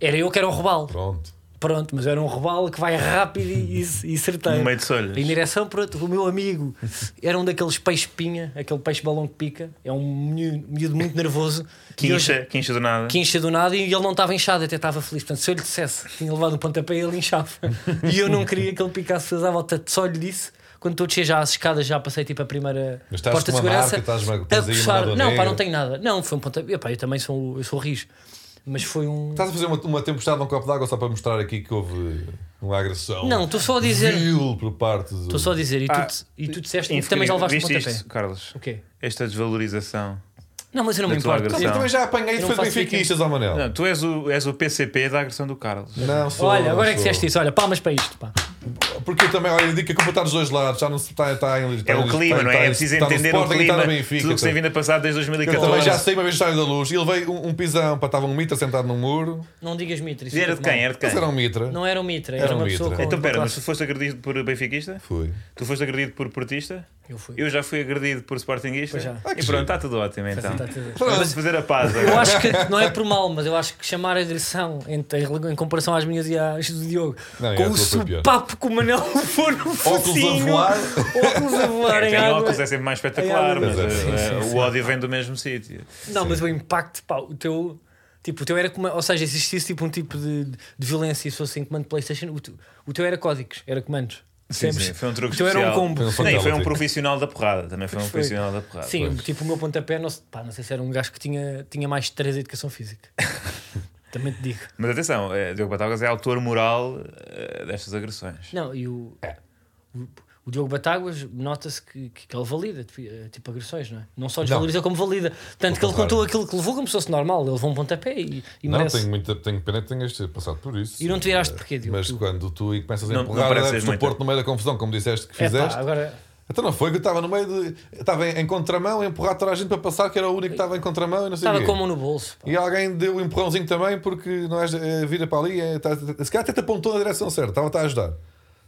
Speaker 3: é?
Speaker 1: Era eu que era um robalo.
Speaker 2: Pronto.
Speaker 1: Pronto, mas era um robalo que vai rápido e, e certeiro.
Speaker 3: No meio de solhas.
Speaker 1: Em direção, pronto, o meu amigo era um daqueles peixe-pinha, aquele peixe-balão que pica. É um miúdo, miúdo muito nervoso. E eu-
Speaker 3: Quincha, quincha do nada.
Speaker 1: que encha do nada e ele não estava inchado, até estava feliz. Portanto, se eu lhe dissesse que tinha levado um pontapé, ele inchava. e eu não queria que ele picasse pessoas à volta, só lhe disse. Quando estou a descer já às escadas, já passei tipo a primeira
Speaker 2: Mas estás
Speaker 1: porta de
Speaker 2: com uma
Speaker 1: segurança.
Speaker 2: marca, estás-
Speaker 1: a
Speaker 2: tens aí uma
Speaker 1: coçar. Não,
Speaker 2: nada
Speaker 1: pá,
Speaker 2: negra.
Speaker 1: não tenho nada. Não, foi um pontapé. Epá, eu também sou, eu sou rijo. Mas foi um.
Speaker 2: Estás a fazer uma, uma tempestade num copo d'água só para mostrar aqui que houve uma agressão.
Speaker 1: Não, estou só a dizer.
Speaker 2: Vil por parte do.
Speaker 1: Estou só a dizer. E tu,
Speaker 3: Ah,
Speaker 1: te- e tu disseste que
Speaker 3: Infeliz-
Speaker 1: também já levaste um
Speaker 3: Viste
Speaker 1: pontapé.
Speaker 3: isto, Carlos?
Speaker 1: O quê?
Speaker 3: Esta desvalorização.
Speaker 1: Não, mas eu não me
Speaker 3: Da tua
Speaker 1: importo.
Speaker 2: Sim, eu também já apanhei
Speaker 1: Eu
Speaker 2: de
Speaker 1: não
Speaker 2: foi
Speaker 1: faço
Speaker 2: benfiquistas ao Manel.
Speaker 3: Não, tu és o, és o PCP da agressão do Carlos.
Speaker 2: Não, sou.
Speaker 1: Olha,
Speaker 2: não
Speaker 1: agora é que
Speaker 2: sou.
Speaker 1: disseste isso. Olha, palmas para isto. Pá.
Speaker 2: Porque eu também, olha, eu digo que a culpa está dos dois lados, já não se está, está em
Speaker 3: É o clima,
Speaker 2: Tá
Speaker 3: não é? É preciso entender o clima. Tudo o que se tem
Speaker 2: Eu
Speaker 3: vindo a passar desde
Speaker 2: também já
Speaker 3: 2014.
Speaker 2: saí uma vez do Estádio da Luz e ele veio um, um pisão, pá, estava um mitra sentado num muro,
Speaker 1: Não digas Mitra. isso
Speaker 3: Era de
Speaker 1: foi mal.
Speaker 3: quem? Era de quem?
Speaker 2: mas era um mitra.
Speaker 1: Não era o Mitra,
Speaker 2: Era
Speaker 1: era,
Speaker 2: um
Speaker 1: uma pessoa
Speaker 2: Mitra.
Speaker 1: com
Speaker 3: Então
Speaker 1: com
Speaker 3: pera, mas
Speaker 1: classe.
Speaker 3: tu foste agredido por benfiquista?
Speaker 2: Fui.
Speaker 3: Tu foste agredido por portista?
Speaker 1: assim. Eu fui.
Speaker 3: Eu já fui agredido por sportinguista?
Speaker 1: Pois já.
Speaker 2: Ah, que
Speaker 3: E
Speaker 2: giro.
Speaker 3: pronto, está tudo ótimo então.
Speaker 1: Tá tudo.
Speaker 3: Vamos fazer a paz
Speaker 1: Eu
Speaker 3: agora.
Speaker 1: acho que não é por mal, mas eu acho que chamar a direção entre- em, comparação às minhas e às do Diogo
Speaker 2: Não, é,
Speaker 1: com
Speaker 2: a
Speaker 1: o
Speaker 2: tua foi pior.
Speaker 1: sopapo que o Manel levou no
Speaker 2: Óculos a
Speaker 1: focinho,
Speaker 2: voar.
Speaker 1: óculos a voar
Speaker 3: Quem
Speaker 1: em
Speaker 3: tem
Speaker 1: água.
Speaker 3: óculos é sempre mais espetacular,
Speaker 1: Em
Speaker 3: mas
Speaker 1: água.
Speaker 3: eh,
Speaker 1: é. Sim, sim,
Speaker 3: eh,
Speaker 1: sim.
Speaker 3: o ódio vem do mesmo sítio.
Speaker 1: Não, mas o impacto, pá, o teu. Tipo, o teu era como. Ou seja, se existisse tipo um tipo de, de violência e se fosse em comando de PlayStation, o teu, o teu era códigos, era comandos.
Speaker 3: Sim,
Speaker 1: Sempre.
Speaker 3: sim, foi um truque
Speaker 1: O teu era um
Speaker 3: especial.
Speaker 1: combo.
Speaker 2: Foi um
Speaker 1: Sim,
Speaker 3: Nem, foi um
Speaker 2: Fatality.
Speaker 3: profissional da porrada, também foi um
Speaker 1: Foi.
Speaker 3: profissional da porrada.
Speaker 1: Sim, tipo o meu pontapé, não, se- pá, não sei se era um gajo que tinha, tinha mais de 3 educação física. Também te digo.
Speaker 3: Mas atenção, eh, Diogo Batagas é autor moral eh, destas agressões.
Speaker 1: Não, e o.
Speaker 2: É.
Speaker 1: O, o Diogo Batáguas nota-se que, que, que ele valida tipo, eh, tipo agressões, não é? Não só desvaloriza como valida. Tanto que ele
Speaker 2: contrário.
Speaker 1: contou aquilo que levou como se fosse normal. Ele levou um pontapé e, e
Speaker 2: Não,
Speaker 1: merece.
Speaker 2: tenho, muita, tenho pena que tenhas passado por isso.
Speaker 1: E não te viraste porquê, Diogo?
Speaker 2: Mas
Speaker 1: Tu-
Speaker 2: quando tu e começas a
Speaker 3: Não- não
Speaker 2: empurrar,
Speaker 3: pareces
Speaker 2: leves o
Speaker 3: muito.
Speaker 2: Porto no meio da confusão, como disseste que
Speaker 1: É, pá,
Speaker 2: fizeste.
Speaker 1: agora.
Speaker 2: Então não foi que eu estava no meio de. eu Estava em, em contramão, a empurrar toda a gente para passar, que era o único que estava em contramão e não sei o
Speaker 1: Estava
Speaker 2: quê.
Speaker 1: com a mão no bolso. pá.
Speaker 2: E alguém deu um empurrãozinho também, porque não és, é, vira para ali, é, tá- se calhar até te apontou na direção certa, estava-te a ajudar.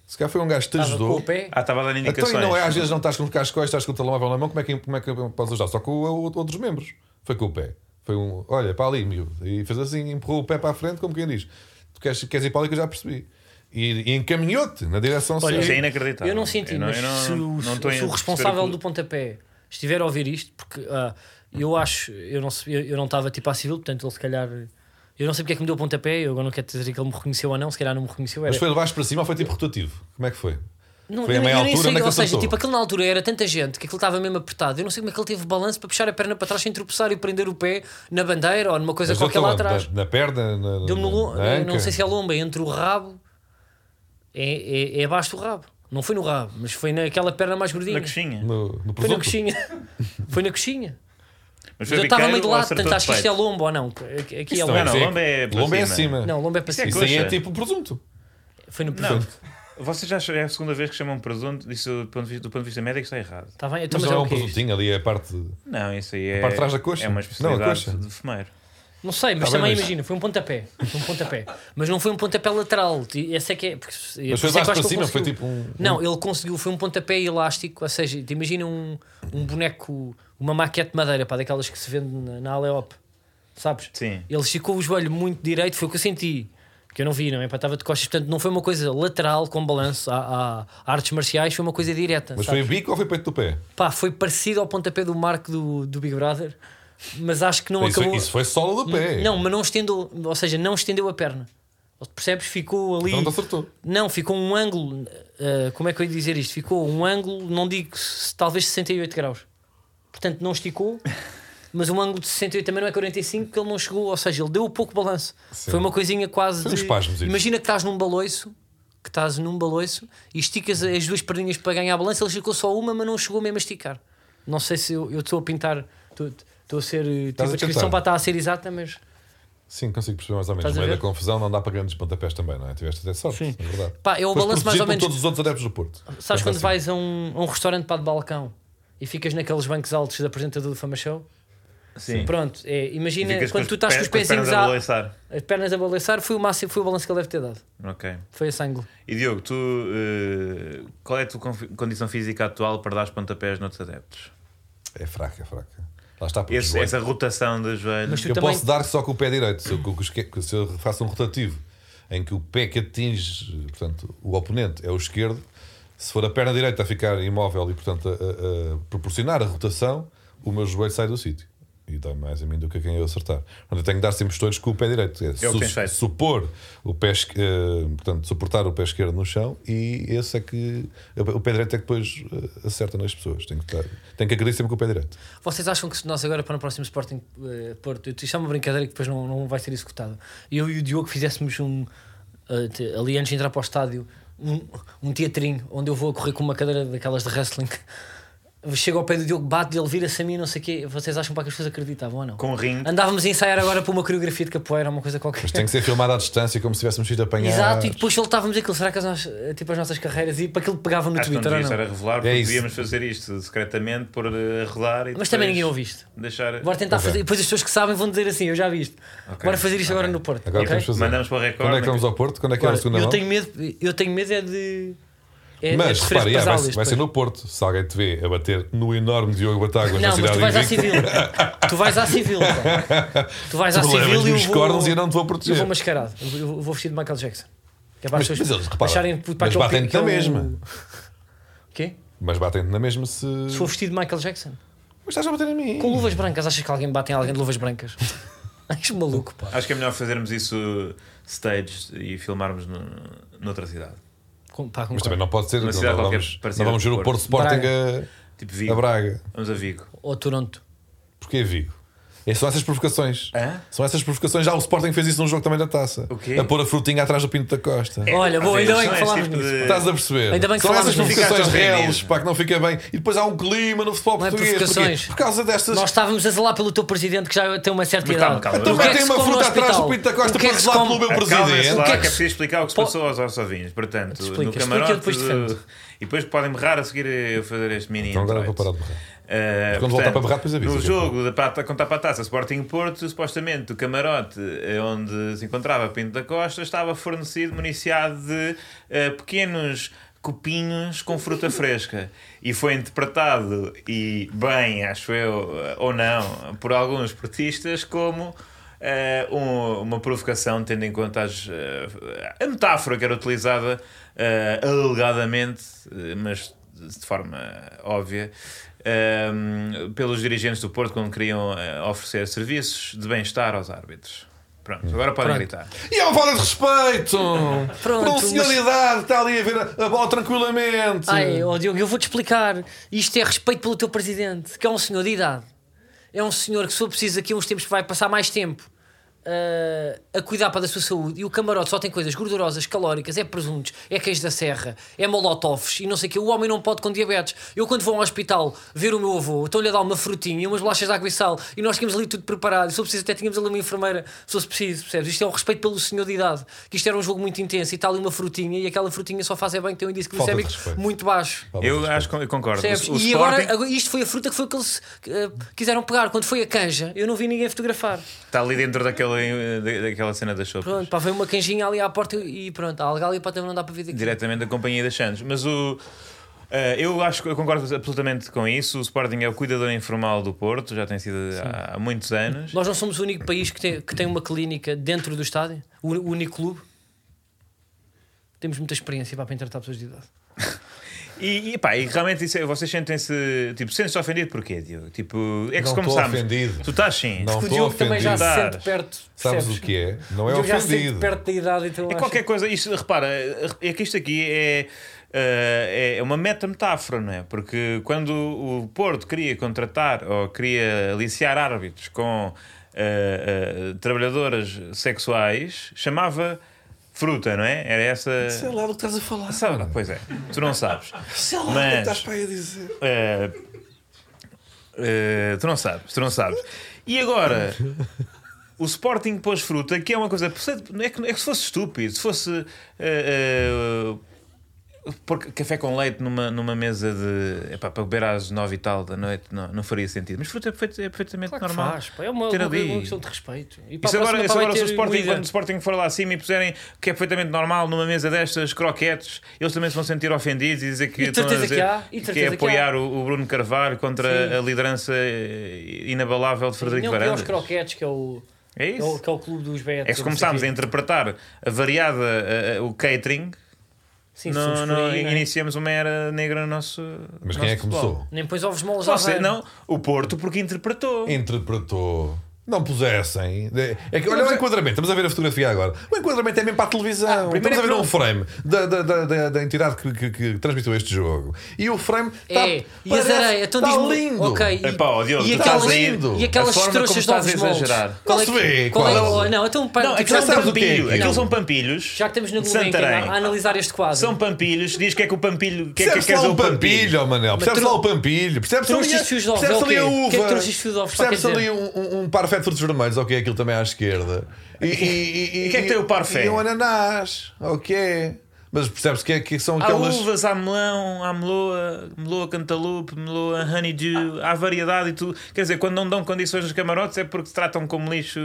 Speaker 2: Se calhar foi um gajo que te
Speaker 1: Estava com
Speaker 2: ajudou.
Speaker 1: o pé.
Speaker 3: Ah, estava a dar
Speaker 2: Então,
Speaker 3: indicações.
Speaker 2: e não é, às vezes não estás com o casco estás com o telemóvel na mão, como é que, como é que podes ajudar? Só com o- o- outros membros. Foi com o pé. Foi um, olha, para ali, miúdo. E fez assim, empurrou o pé para a frente, como quem diz: Tu queres, queres ir para ali que eu já percebi. E, e encaminhou-te na direção
Speaker 1: Olha,
Speaker 3: Isso é
Speaker 2: certa.
Speaker 3: inacreditável.
Speaker 1: Eu não senti,
Speaker 3: Eu não-
Speaker 1: mas
Speaker 3: eu não-
Speaker 1: se, o-
Speaker 3: não
Speaker 1: se-
Speaker 3: estou
Speaker 1: se
Speaker 3: a
Speaker 1: o
Speaker 3: perceber
Speaker 1: responsável
Speaker 3: o que-
Speaker 1: do pontapé estiver a ouvir isto, porque ah, eu acho, eu não sei- eu eu não estava tipo à civil, portanto ele se calhar. Eu não sei porque é que me deu o pontapé, eu agora não quero dizer que ele me reconheceu ou não, se calhar não me reconheceu. Era.
Speaker 2: Mas foi de baixo para cima ou foi tipo rotativo? Como é que foi?
Speaker 1: não,
Speaker 2: foi a
Speaker 1: nem
Speaker 2: meia altura, onde é que
Speaker 1: ou
Speaker 2: ele
Speaker 1: seja,
Speaker 2: saltou?
Speaker 1: tipo, aquilo na altura era tanta gente que aquilo estava mesmo apertado. Eu não sei como é que ele teve balanço para puxar a perna para trás sem tropeçar e prender o pé na bandeira ou numa coisa
Speaker 2: Mas
Speaker 1: qualquer
Speaker 2: deu-te
Speaker 1: lá
Speaker 2: onde?
Speaker 1: atrás.
Speaker 2: Na, na perna? Na,
Speaker 1: Deu-me no lom-
Speaker 2: na
Speaker 1: eu
Speaker 2: anca?
Speaker 1: não sei se é a lomba, é entre o rabo, é, é, é abaixo do rabo. Não foi no rabo, mas foi naquela perna mais gordinha.
Speaker 3: Na coxinha.
Speaker 2: No, no
Speaker 1: Foi na
Speaker 2: presunto?
Speaker 1: coxinha. Foi na coxinha.
Speaker 3: Mas foi
Speaker 1: Eu estava
Speaker 3: biqueiro
Speaker 1: meio de
Speaker 3: ou
Speaker 1: lado,
Speaker 3: acertou
Speaker 1: portanto acho que
Speaker 3: de
Speaker 1: isto é
Speaker 3: peito?
Speaker 1: lombo ou não. Aqui é
Speaker 2: Isso
Speaker 1: lombo.
Speaker 2: não
Speaker 3: Não, não,
Speaker 2: seco.
Speaker 3: lomba é para
Speaker 2: Lomba é
Speaker 3: cima.
Speaker 2: acima.
Speaker 1: Não, lombo é para
Speaker 3: Isso é
Speaker 1: cima.
Speaker 2: Isso aí é
Speaker 3: Coxa.
Speaker 2: tipo presunto.
Speaker 1: Foi no
Speaker 3: Não.
Speaker 1: presunto.
Speaker 3: Vocês já é a segunda vez que chamam presunto, isso do ponto de vista, do ponto de vista médico está errado.
Speaker 1: Está bem? Então,
Speaker 2: Mas
Speaker 1: mas
Speaker 2: não é
Speaker 1: é o
Speaker 2: um
Speaker 1: que é isto?
Speaker 2: presuntinho, ali é a parte.
Speaker 3: Não, isso aí é.
Speaker 2: parte de trás da coxa?
Speaker 3: É uma
Speaker 2: Não, a
Speaker 3: especialidade
Speaker 2: coxa.
Speaker 3: de fumeiro.
Speaker 1: Não sei, mas
Speaker 2: Tá bem,
Speaker 1: também
Speaker 2: mas-
Speaker 1: imagina, foi um pontapé. Foi um pontapé. mas não foi um pontapé lateral. e Esse é que é. Porque, é
Speaker 2: Mas
Speaker 1: por isso
Speaker 2: foi de
Speaker 1: é que eu
Speaker 2: baixo
Speaker 1: acho
Speaker 2: para
Speaker 1: que ele
Speaker 2: cima, foi
Speaker 1: conseguiu.
Speaker 2: tipo um.
Speaker 1: Não, ele conseguiu, foi um pontapé elástico, ou seja, te imagina um, um boneco, uma maquete de madeira, para daquelas que se vende na, na Aleop, sabes?
Speaker 3: Sim.
Speaker 1: Ele esticou o joelho muito direito, foi o que eu senti, que eu não vi, não é? Pá, Estava de costas, portanto, não foi uma coisa lateral com balanço à, à artes marciais, foi uma coisa direta.
Speaker 2: Mas
Speaker 1: sabes?
Speaker 2: foi bico ou foi peito do pé?
Speaker 1: Pá, foi parecido ao pontapé do Marco do, do Big Brother, mas acho que não
Speaker 2: Isso,
Speaker 1: acabou.
Speaker 2: isso foi solo do pé.
Speaker 1: Não, mas não estendeu, ou seja, não estendeu a perna. Percebes? Ficou ali.
Speaker 2: Então não te acertou.
Speaker 1: Não, ficou um ângulo. eh, como é que eu ia dizer isto? Ficou um ângulo, não digo se- talvez 68 graus. Portanto, não esticou, mas um ângulo de 68 também não é 45, porque ele não chegou, ou seja, ele deu pouco balanço.
Speaker 2: Sim.
Speaker 1: Foi uma coisinha quase.
Speaker 2: Foi
Speaker 1: de-
Speaker 2: uns espasmos, isso.
Speaker 1: Imagina que estás num baloiço, que estás num baloiço e esticas as duas perninhas para ganhar balanço, ele esticou só uma, mas não chegou mesmo a esticar. Não sei se eu eu estou a pintar, estou- estou a ser. eh, Tipo,
Speaker 2: Estás
Speaker 1: a
Speaker 2: a
Speaker 1: descrição
Speaker 2: tentar.
Speaker 1: para estar a ser exata, mas.
Speaker 2: Sim, consigo perceber mais ou menos.
Speaker 1: Estás
Speaker 2: No
Speaker 1: a
Speaker 2: meio da
Speaker 1: ver?
Speaker 2: confusão não dá para grandes pontapés também, não é? Tiveste até sorte, é verdade.
Speaker 1: Pá, é o
Speaker 2: Foste
Speaker 1: balanço mais
Speaker 2: protegido
Speaker 1: ou
Speaker 2: por
Speaker 1: menos.
Speaker 2: todos os outros adeptos do Porto.
Speaker 1: Sabes
Speaker 2: Portanto,
Speaker 1: quando
Speaker 2: assim,
Speaker 1: vais a um, a um restaurante para de balcão e ficas naqueles bancos altos da apresentador do Fama Show?
Speaker 3: Sim.
Speaker 1: Pronto, é,
Speaker 3: E
Speaker 1: imagina
Speaker 3: ficas
Speaker 1: quando
Speaker 3: os
Speaker 1: tu estás com
Speaker 3: pés-
Speaker 1: os pezinhos
Speaker 3: as pernas a
Speaker 1: a,
Speaker 3: balançar.
Speaker 1: as pernas a balançar, foi o máximo, foi o balanço que ele deve ter dado.
Speaker 3: Ok.
Speaker 1: Foi esse ângulo.
Speaker 3: E Diogo, tu, eh, qual é a tua confi- condição física atual para dar pontapés noutros adeptos?
Speaker 2: É fraca, é fraca. Lá está porque é
Speaker 3: Esse-
Speaker 2: joelho.
Speaker 3: essa rotação dos joelhos.
Speaker 1: Mas tu
Speaker 2: Eu
Speaker 1: também.
Speaker 2: posso dar só com o pé direito. Se eu, com o esque- se eu faço um rotativo em que o pé que atinge portanto, o oponente é o esquerdo, se for a perna direita a ficar imóvel e, portanto, a, a- a proporcionar a rotação, o meu joelho sai do sítio. E dá mais a mim do que a quem eu acertar. Portanto, eu tenho que dar sempre os todos com o pé direito. É,
Speaker 3: que tens feito.
Speaker 2: supor o pé, esque- eh, portanto, suportar o pé esquerdo no chão e esse é que. O pé direito é que depois eh, acerta nas pessoas. Tenho que, estar- tenho que acreditar sempre com o pé direito.
Speaker 1: Vocês acham que se nós agora para o próximo Sporting eh, Porto, isto é uma brincadeira que depois não, não vai ser executada. Eu e o Diogo fizéssemos um. eh, te- ali antes de entrar para o estádio, um, um teatrinho onde eu vou a correr com uma cadeira daquelas de wrestling. chego ao pé do Diogo, bate, ele vira-se a mim, não sei o quê. Vocês acham para que as pessoas acreditavam ou não?
Speaker 3: Com ringue.
Speaker 1: Andávamos a ensaiar agora para uma coreografia de capoeira, uma coisa qualquer.
Speaker 2: Mas tem que ser filmado à distância, como se tivéssemos sido apanhar.
Speaker 1: Exato, e depois soltávamos aquilo. Será que as, nossas- tipo, as nossas carreiras e para aquilo pegava no
Speaker 3: Acho que não
Speaker 1: Twitter ou
Speaker 3: devia estar a
Speaker 1: não? É
Speaker 3: revelar porque
Speaker 2: isso.
Speaker 3: devíamos fazer isto secretamente, por eh, rodar e
Speaker 1: Mas também
Speaker 3: depois
Speaker 1: ninguém ouve isto.
Speaker 3: Deixar.
Speaker 1: Bora tentar
Speaker 2: Ok.
Speaker 1: fazer. E depois as pessoas que sabem vão dizer assim: Eu já vi isto.
Speaker 3: Ok,
Speaker 1: Bora fazer isto
Speaker 3: ok.
Speaker 1: agora no Porto.
Speaker 2: Tá, Agora
Speaker 1: ok?
Speaker 2: temos de fazer.
Speaker 3: Mandamos para o recorde.
Speaker 2: Quando é que vamos ao Porto? Quando é que é a
Speaker 1: Agora,
Speaker 2: segunda
Speaker 1: eu
Speaker 2: mão?
Speaker 1: tenho medo, eu tenho medo é de. É, é
Speaker 2: Mas
Speaker 1: de
Speaker 2: repara,
Speaker 1: sofrer
Speaker 2: yeah, vai,
Speaker 1: pasadas
Speaker 2: vai ser
Speaker 1: depois.
Speaker 2: no Porto. Se alguém te vê a bater no enorme Diogo Batáguas
Speaker 1: Não,
Speaker 2: na
Speaker 1: mas
Speaker 2: cidade
Speaker 1: tu vais à
Speaker 2: de Vigo,
Speaker 1: civil. tu vais à civil. pá. Tu vais à
Speaker 2: tu
Speaker 1: civil
Speaker 2: levas
Speaker 1: e eu
Speaker 2: nos é cornos
Speaker 1: vou,
Speaker 2: e eu não te vou
Speaker 1: eu
Speaker 2: proteger.
Speaker 1: vou mascarado. Eu vou- Eu vou vestido de Michael Jackson. Que é para
Speaker 2: Mas-
Speaker 1: as pessoas
Speaker 2: mas eles, repara,
Speaker 1: acharem puto, pá,
Speaker 2: mas
Speaker 1: que é o
Speaker 2: batem-te
Speaker 1: pi- que é
Speaker 2: na
Speaker 1: o-
Speaker 2: mesma.
Speaker 1: O quê?
Speaker 2: Mas batem-te na mesma se.
Speaker 1: Se for vestido de Michael Jackson.
Speaker 2: Mas estás a bater em mim.
Speaker 1: Com luvas brancas, achas que alguém bate em alguém de luvas brancas? És maluco, pá.
Speaker 3: Acho que é melhor fazermos isso stage e filmarmos no, noutra cidade.
Speaker 1: Com, pá, com
Speaker 2: Mas
Speaker 1: qual?
Speaker 2: também não pode ser.
Speaker 3: Uma
Speaker 2: Não,
Speaker 3: cidade
Speaker 2: não
Speaker 3: qualquer
Speaker 2: vamos,
Speaker 3: parecida
Speaker 2: não vamos ver
Speaker 3: com
Speaker 2: o
Speaker 3: o
Speaker 2: Porto Sporting a,
Speaker 3: Tipo
Speaker 2: a
Speaker 3: Vigo.
Speaker 2: Braga.
Speaker 3: Vamos a Vigo.
Speaker 1: Ou Toronto.
Speaker 2: Porquê Vigo? É, são essas provocações.
Speaker 3: Hã?
Speaker 2: São essas provocações. Já o Sporting fez isso num jogo também da taça.
Speaker 3: O quê? É.
Speaker 2: A pôr a frutinha atrás do Pinto da Costa.
Speaker 1: Olha, boa, ainda bem que
Speaker 3: São esse
Speaker 1: falámos
Speaker 3: tipo
Speaker 1: nisso.
Speaker 3: de-
Speaker 2: Estás a perceber?
Speaker 1: Ainda bem que
Speaker 2: São essas
Speaker 1: falámos nisso.
Speaker 2: provocações
Speaker 3: Ficaste ofendido.
Speaker 2: reais, pá, que não fica bem. E depois há um clima no futebol
Speaker 1: Não é
Speaker 2: português. Porquê?
Speaker 1: provocações.
Speaker 2: Por causa destas.
Speaker 1: Nós estávamos a zelar pelo teu presidente que já tem uma certa
Speaker 3: Mas calma,
Speaker 1: idade.
Speaker 3: calma.
Speaker 1: O
Speaker 2: Então
Speaker 1: que é que
Speaker 2: metem
Speaker 1: se
Speaker 2: uma
Speaker 1: come no
Speaker 2: fruta atrás do
Speaker 1: hospital?
Speaker 2: Pinto da Costa
Speaker 1: O que é
Speaker 2: para
Speaker 1: que se
Speaker 2: relar
Speaker 1: come?
Speaker 2: pelo meu
Speaker 3: Acalmem-se
Speaker 2: presidente.
Speaker 3: lá,
Speaker 1: O
Speaker 3: que
Speaker 1: que
Speaker 3: é
Speaker 1: é que
Speaker 3: preciso explicar o que se
Speaker 1: Po-
Speaker 3: passou aos nossos ouvintes. Portanto,
Speaker 1: Explica,
Speaker 3: no
Speaker 1: explica, eu
Speaker 3: camarote.
Speaker 1: depois
Speaker 3: de-
Speaker 1: defendo.
Speaker 3: E depois podem berrar a seguir eu fazer este mini.
Speaker 2: Então agora
Speaker 3: introito.
Speaker 2: vou parar de berrar.
Speaker 3: Eh,
Speaker 2: Mas quando voltar para berrar, depois avisa,
Speaker 3: No
Speaker 2: que é
Speaker 3: jogo da pata, contar para a taça Sporting Porto, supostamente o camarote eh, onde se encontrava Pinto da Costa estava fornecido, municiado de eh, pequenos copinhos com fruta fresca. E foi interpretado, e bem, acho eu, eh, ou não, por alguns portistas como. eh, um- uma provocação tendo em conta as, eh, a metáfora que era utilizada eh, alegadamente, eh, mas de forma óbvia, ehm, pelos dirigentes do Porto quando queriam eh, oferecer serviços de bem-estar aos árbitros. Pronto, agora podem
Speaker 1: Pronto.
Speaker 3: gritar.
Speaker 2: E é uma falta de respeito.
Speaker 1: Pronto,
Speaker 2: Por um
Speaker 1: mas-
Speaker 2: senhor de idade, está ali a ver a- a bola tranquilamente.
Speaker 1: Ai, ó Diogo, eu vou-te explicar. Isto é respeito pelo teu presidente, que é um senhor de idade. É um senhor que, se for preciso, aqui a uns tempos vai passar mais tempo ah, a cuidar para da sua saúde. E o camarote só tem coisas gordurosas, calóricas, é presuntos, é queijo da serra, é molotovs e não sei o quê. O homem não pode com diabetes. Eu, quando vou ao hospital ver o meu avô, estão-lhe a dar uma frutinha e umas bolachas de água e sal e nós tínhamos ali tudo preparado. E, se for preciso, até tínhamos ali uma enfermeira, se fosse preciso, percebes? Isto é um respeito pelo senhor de idade, que isto era um jogo muito intenso e está ali uma frutinha e aquela frutinha só faz é bem que tem um índice
Speaker 2: Falta de
Speaker 1: glicémico
Speaker 2: respeito.
Speaker 1: muito baixo.
Speaker 2: Falta de
Speaker 3: Eu acho que eu concordo.
Speaker 1: Percebes?
Speaker 3: O, o
Speaker 1: e
Speaker 3: Sporting
Speaker 1: agora, agora isto foi a fruta que foi que eles eh, quiseram pegar. Quando foi a canja, eu não vi ninguém fotografar.
Speaker 3: está ali dentro daquela, eh, da- daquela cena das sopas.
Speaker 1: Pronto, pá, veio uma canjinha ali à porta e pronto, a alga ali para também não dá para ver daqui.
Speaker 3: diretamente da Companhia das Santos. Mas o. eh, eu acho que eu concordo absolutamente com isso. O Sporting é o cuidador informal do Porto, já tem sido há, há muitos anos.
Speaker 1: Nós não somos o único país que tem, que tem uma clínica dentro do estádio, o, o único clube. Temos muita experiência pá, para tratar pessoas de idade.
Speaker 3: E, e, pá, e realmente isso, é- vocês sentem-se. Tipo, sentes-te ofendido porquê, Diogo? Tipo, é que
Speaker 2: Não
Speaker 3: se
Speaker 2: tô
Speaker 3: começámos.
Speaker 2: ofendido.
Speaker 3: Tu estás sim.
Speaker 1: o
Speaker 2: Não estou
Speaker 1: Diogo também já se
Speaker 3: ofendido.
Speaker 1: sente perto.
Speaker 2: Sabes
Speaker 1: percebes?
Speaker 2: o que é? Não é
Speaker 1: O Diogo já se sente
Speaker 2: ofendido.
Speaker 1: perto da idade, então
Speaker 3: É
Speaker 1: acho
Speaker 3: qualquer coisa, isto, repara, é que isto aqui é, eh, é uma meta-metáfora, não é? Porque quando o Porto queria contratar ou queria aliciar árbitros com eh, eh, trabalhadoras sexuais, chamava fruta, não é? Era essa.
Speaker 2: Sei lá do que estás a falar.
Speaker 3: Sabe lá, pois é, tu não sabes.
Speaker 2: Sei lá do que
Speaker 3: Mas-
Speaker 2: estás para aí a dizer.
Speaker 3: Eh, eh, tu não sabes, tu não sabes. E agora, o Sporting pôs fruta, que é uma coisa. É que, é que se fosse estúpido, se fosse. eh, eh, pôr café com leite numa, numa mesa de. epá, para beber às nove e tal da noite, não, não faria sentido. Mas fruta é, perfeito- é perfeitamente
Speaker 1: Claro que
Speaker 3: normal.
Speaker 1: faz, pá, é uma,
Speaker 3: Ter
Speaker 1: uma,
Speaker 3: ali.
Speaker 1: uma questão de respeito. E, pá,
Speaker 3: Isso
Speaker 1: a próxima,
Speaker 3: agora,
Speaker 1: pá,
Speaker 3: isso
Speaker 1: vai
Speaker 3: agora se o
Speaker 1: ter um
Speaker 3: Sporting,
Speaker 1: moída.
Speaker 3: quando o Sporting for lá acima e puserem que é perfeitamente normal numa mesa destas croquetes, eles também se vão sentir ofendidos e dizer que
Speaker 1: E de
Speaker 3: estão a
Speaker 1: certeza
Speaker 3: dizer
Speaker 1: que há, e de
Speaker 3: que é
Speaker 1: certeza que
Speaker 3: apoiar o, o Bruno Carvalho contra
Speaker 1: Sim.
Speaker 3: a liderança eh, inabalável de
Speaker 1: Não,
Speaker 3: Frederico
Speaker 1: que é os
Speaker 3: Varandas.
Speaker 1: croquetes, que é o,
Speaker 3: É
Speaker 1: que é o,
Speaker 3: isso.
Speaker 1: que é o clube dos Betos.
Speaker 3: É que se começámos a interpretar a variada, eh, eh, o catering,
Speaker 1: Sim,
Speaker 3: não-
Speaker 1: somos por
Speaker 3: não-
Speaker 1: aí, não é?
Speaker 3: iniciamos uma era negra no nosso.
Speaker 2: Mas
Speaker 3: nosso
Speaker 2: quem é que
Speaker 3: futebol.
Speaker 2: começou?
Speaker 1: Nem pôs ovos moles à
Speaker 3: Você,
Speaker 1: beira.
Speaker 3: não, o Porto, porque interpretou.
Speaker 2: Interpretou. Não pusessem. É que, olha o enquadramento, estamos a ver a fotografia agora. O enquadramento é mesmo para a televisão.
Speaker 1: primeiro
Speaker 2: estamos a
Speaker 1: é
Speaker 2: ver
Speaker 1: que
Speaker 2: um frame da, da, da, da- da entidade que, que- que transmitiu este jogo. E o frame está.
Speaker 1: É, e as
Speaker 2: parece-
Speaker 1: areias, então
Speaker 2: está
Speaker 1: diz-me-
Speaker 2: lindo.
Speaker 1: Ok, e,
Speaker 3: Epá, ó, Diogo,
Speaker 1: e
Speaker 3: tu
Speaker 1: aquelas,
Speaker 2: estás a ir-
Speaker 1: e aquelas
Speaker 3: a forma como
Speaker 1: trouxas de
Speaker 3: estás
Speaker 1: novos
Speaker 3: a
Speaker 1: moldes.
Speaker 3: exagerar.
Speaker 1: Qual
Speaker 2: Não
Speaker 1: é
Speaker 2: se
Speaker 1: que-
Speaker 2: vê,
Speaker 1: qual é que-
Speaker 2: qual é o-
Speaker 1: oh, Não, então para.
Speaker 3: Não, aquilo
Speaker 2: sabes
Speaker 3: são
Speaker 2: o que é
Speaker 3: pampilhos.
Speaker 2: aquilo.
Speaker 3: Aquilo são pampilhos.
Speaker 1: Já que estamos na
Speaker 3: de
Speaker 1: Gulbenkian a, a
Speaker 3: Santarém.
Speaker 1: analisar este quadro.
Speaker 3: São pampilhos. Diz que é que o pampilho. Que é que
Speaker 2: Percebes
Speaker 3: quer
Speaker 2: lá
Speaker 3: dizer
Speaker 2: o pampilho, oh Manel. Percebes
Speaker 1: tru-
Speaker 2: lá o pampilho. Percebes ali,
Speaker 1: trouxeste fios de ovos,
Speaker 2: percebes
Speaker 1: é o
Speaker 2: ali a
Speaker 1: quê? O
Speaker 2: uva.
Speaker 1: que é que trouxeste fios de ovos,
Speaker 2: percebes
Speaker 1: pá, quer
Speaker 2: ali um, um- um parfé de frutos vermelhos, ok, aquilo também à esquerda. E,
Speaker 3: E o que é que tem o parfait?
Speaker 2: E um ananás, ok. Mas percebes que, é, que são
Speaker 3: Há
Speaker 2: aquelas.
Speaker 3: uvas, há melão, há meloa, meloa cantaloupe, meloa honeydew, há variedade e tudo. Quer dizer, quando não dão condições nos camarotes é porque se tratam como lixo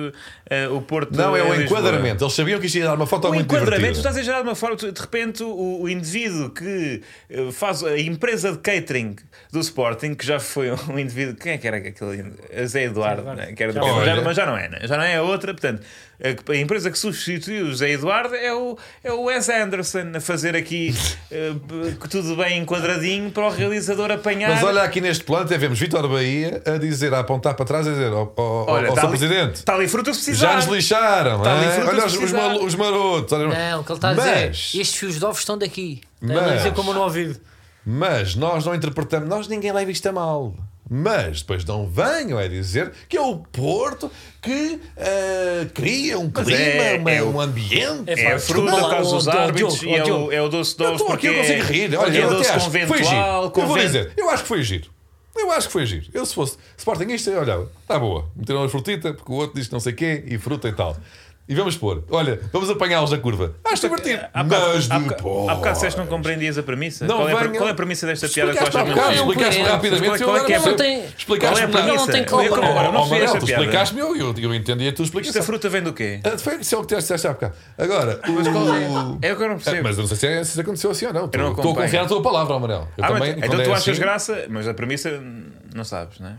Speaker 3: eh, o Porto.
Speaker 2: Não, é
Speaker 3: eh,
Speaker 2: um
Speaker 3: Lisboa.
Speaker 2: enquadramento. Eles sabiam que isto ia dar uma foto
Speaker 3: O
Speaker 2: muito
Speaker 3: enquadramento tu
Speaker 2: divertida.
Speaker 3: estás a gerar de uma forma, tu- de repente, o, o indivíduo que eh, faz a empresa de catering do Sporting, que já foi um indivíduo, quem é que era aquele? Zé Eduardo, né? que era do
Speaker 2: Já foi.
Speaker 3: já- mas já não é, né? já não é a outra. Portanto, a, que- a empresa que substituiu o Zé Eduardo é o, é o Wes Anderson a fazer aqui eh, b- tudo bem enquadradinho para o realizador apanhar.
Speaker 2: Mas olha aqui neste plano, até vemos Vitor Bahia a dizer, a apontar para trás e a dizer ao, ao,
Speaker 3: Olha,
Speaker 2: ao
Speaker 3: tá
Speaker 2: seu
Speaker 3: ali-
Speaker 2: presidente.
Speaker 3: Está ali fruta se
Speaker 2: Já
Speaker 3: precisar.
Speaker 2: nos lixaram.
Speaker 3: Tá ali
Speaker 2: hein?
Speaker 3: frutas
Speaker 2: Olha os, os,
Speaker 3: precisar.
Speaker 2: mal- os marotos. olha-
Speaker 1: Não, o que ele
Speaker 3: tá
Speaker 1: está a dizer.
Speaker 2: mas,
Speaker 1: Estes fios de ovos estão daqui. Está a
Speaker 2: Mas-
Speaker 1: dizer como no ouvido.
Speaker 2: mas nós não interpretamos, nós ninguém leva isto a mal. Mas depois não venham é dizer que é o Porto que ah, cria um clima,
Speaker 3: é-
Speaker 2: uma-
Speaker 3: é o-
Speaker 2: um ambiente.
Speaker 1: é
Speaker 3: É a
Speaker 1: Desculpa
Speaker 3: fruta por
Speaker 1: lá,
Speaker 3: causa
Speaker 1: ó,
Speaker 3: dos
Speaker 1: Diogo,
Speaker 3: árbitros
Speaker 1: ó,
Speaker 3: e é
Speaker 1: Diogo.
Speaker 3: o, é o doce de
Speaker 2: Eu
Speaker 3: ovos
Speaker 2: estou
Speaker 3: porque
Speaker 2: aqui, eu consigo
Speaker 3: é-
Speaker 2: rir.
Speaker 3: porque
Speaker 2: Olha,
Speaker 3: é
Speaker 2: eu
Speaker 3: doce
Speaker 2: até acho.
Speaker 3: conventual,
Speaker 2: Foi giro. Eu vou
Speaker 3: convento-
Speaker 2: dizer, eu acho que foi giro. Eu acho que foi giro. Eu se fosse Sportingista, eu olhava, está boa. Meteram a frutita, porque o outro diz não sei quê, e fruta e tal. E vamos pôr, olha, vamos apanhá-los na curva. Acho divertido.
Speaker 3: Há bocado,
Speaker 2: Mas
Speaker 3: há bocado, há bocado
Speaker 2: depois.
Speaker 3: disseste que não compreendias a premissa.
Speaker 2: Não
Speaker 3: qual, é, a-
Speaker 2: venham-
Speaker 3: qual é a premissa desta piada que eu
Speaker 2: Explicaste
Speaker 3: acho
Speaker 2: há bocado,
Speaker 1: muito
Speaker 2: explicaste
Speaker 1: coerente.
Speaker 2: rapidamente.
Speaker 3: Mas qual é que é a
Speaker 2: eu agora
Speaker 1: premissa?
Speaker 2: não sei.
Speaker 3: Qual é
Speaker 2: Explicaste-me
Speaker 3: a
Speaker 2: nada.
Speaker 1: Não, não
Speaker 3: premissa?
Speaker 1: tem como.
Speaker 3: Eu
Speaker 2: Oh,
Speaker 3: compro- eu não
Speaker 2: oh,
Speaker 3: percebi
Speaker 2: Manel,
Speaker 3: esta
Speaker 2: tu
Speaker 3: piada.
Speaker 2: explicaste-me, eu, eu, eu entendi a tua
Speaker 3: Esta
Speaker 2: explicação.
Speaker 3: é fruta vem do quê?
Speaker 2: Ah, Foi isso é o que tu disseste há bocado. Agora, o...
Speaker 3: É o que eu não
Speaker 2: Ah,
Speaker 3: percebo.
Speaker 2: Mas eu não sei se, é- se isso aconteceu assim ou não.
Speaker 3: não
Speaker 2: Estou estou a
Speaker 3: acompanho.
Speaker 2: confiar na tua palavra, Amarelo. Eu
Speaker 3: Ah, mas-
Speaker 2: também, quando
Speaker 3: então
Speaker 2: é
Speaker 3: tu achas
Speaker 2: assim-
Speaker 3: graça, mas a premissa hum, não sabes, não é?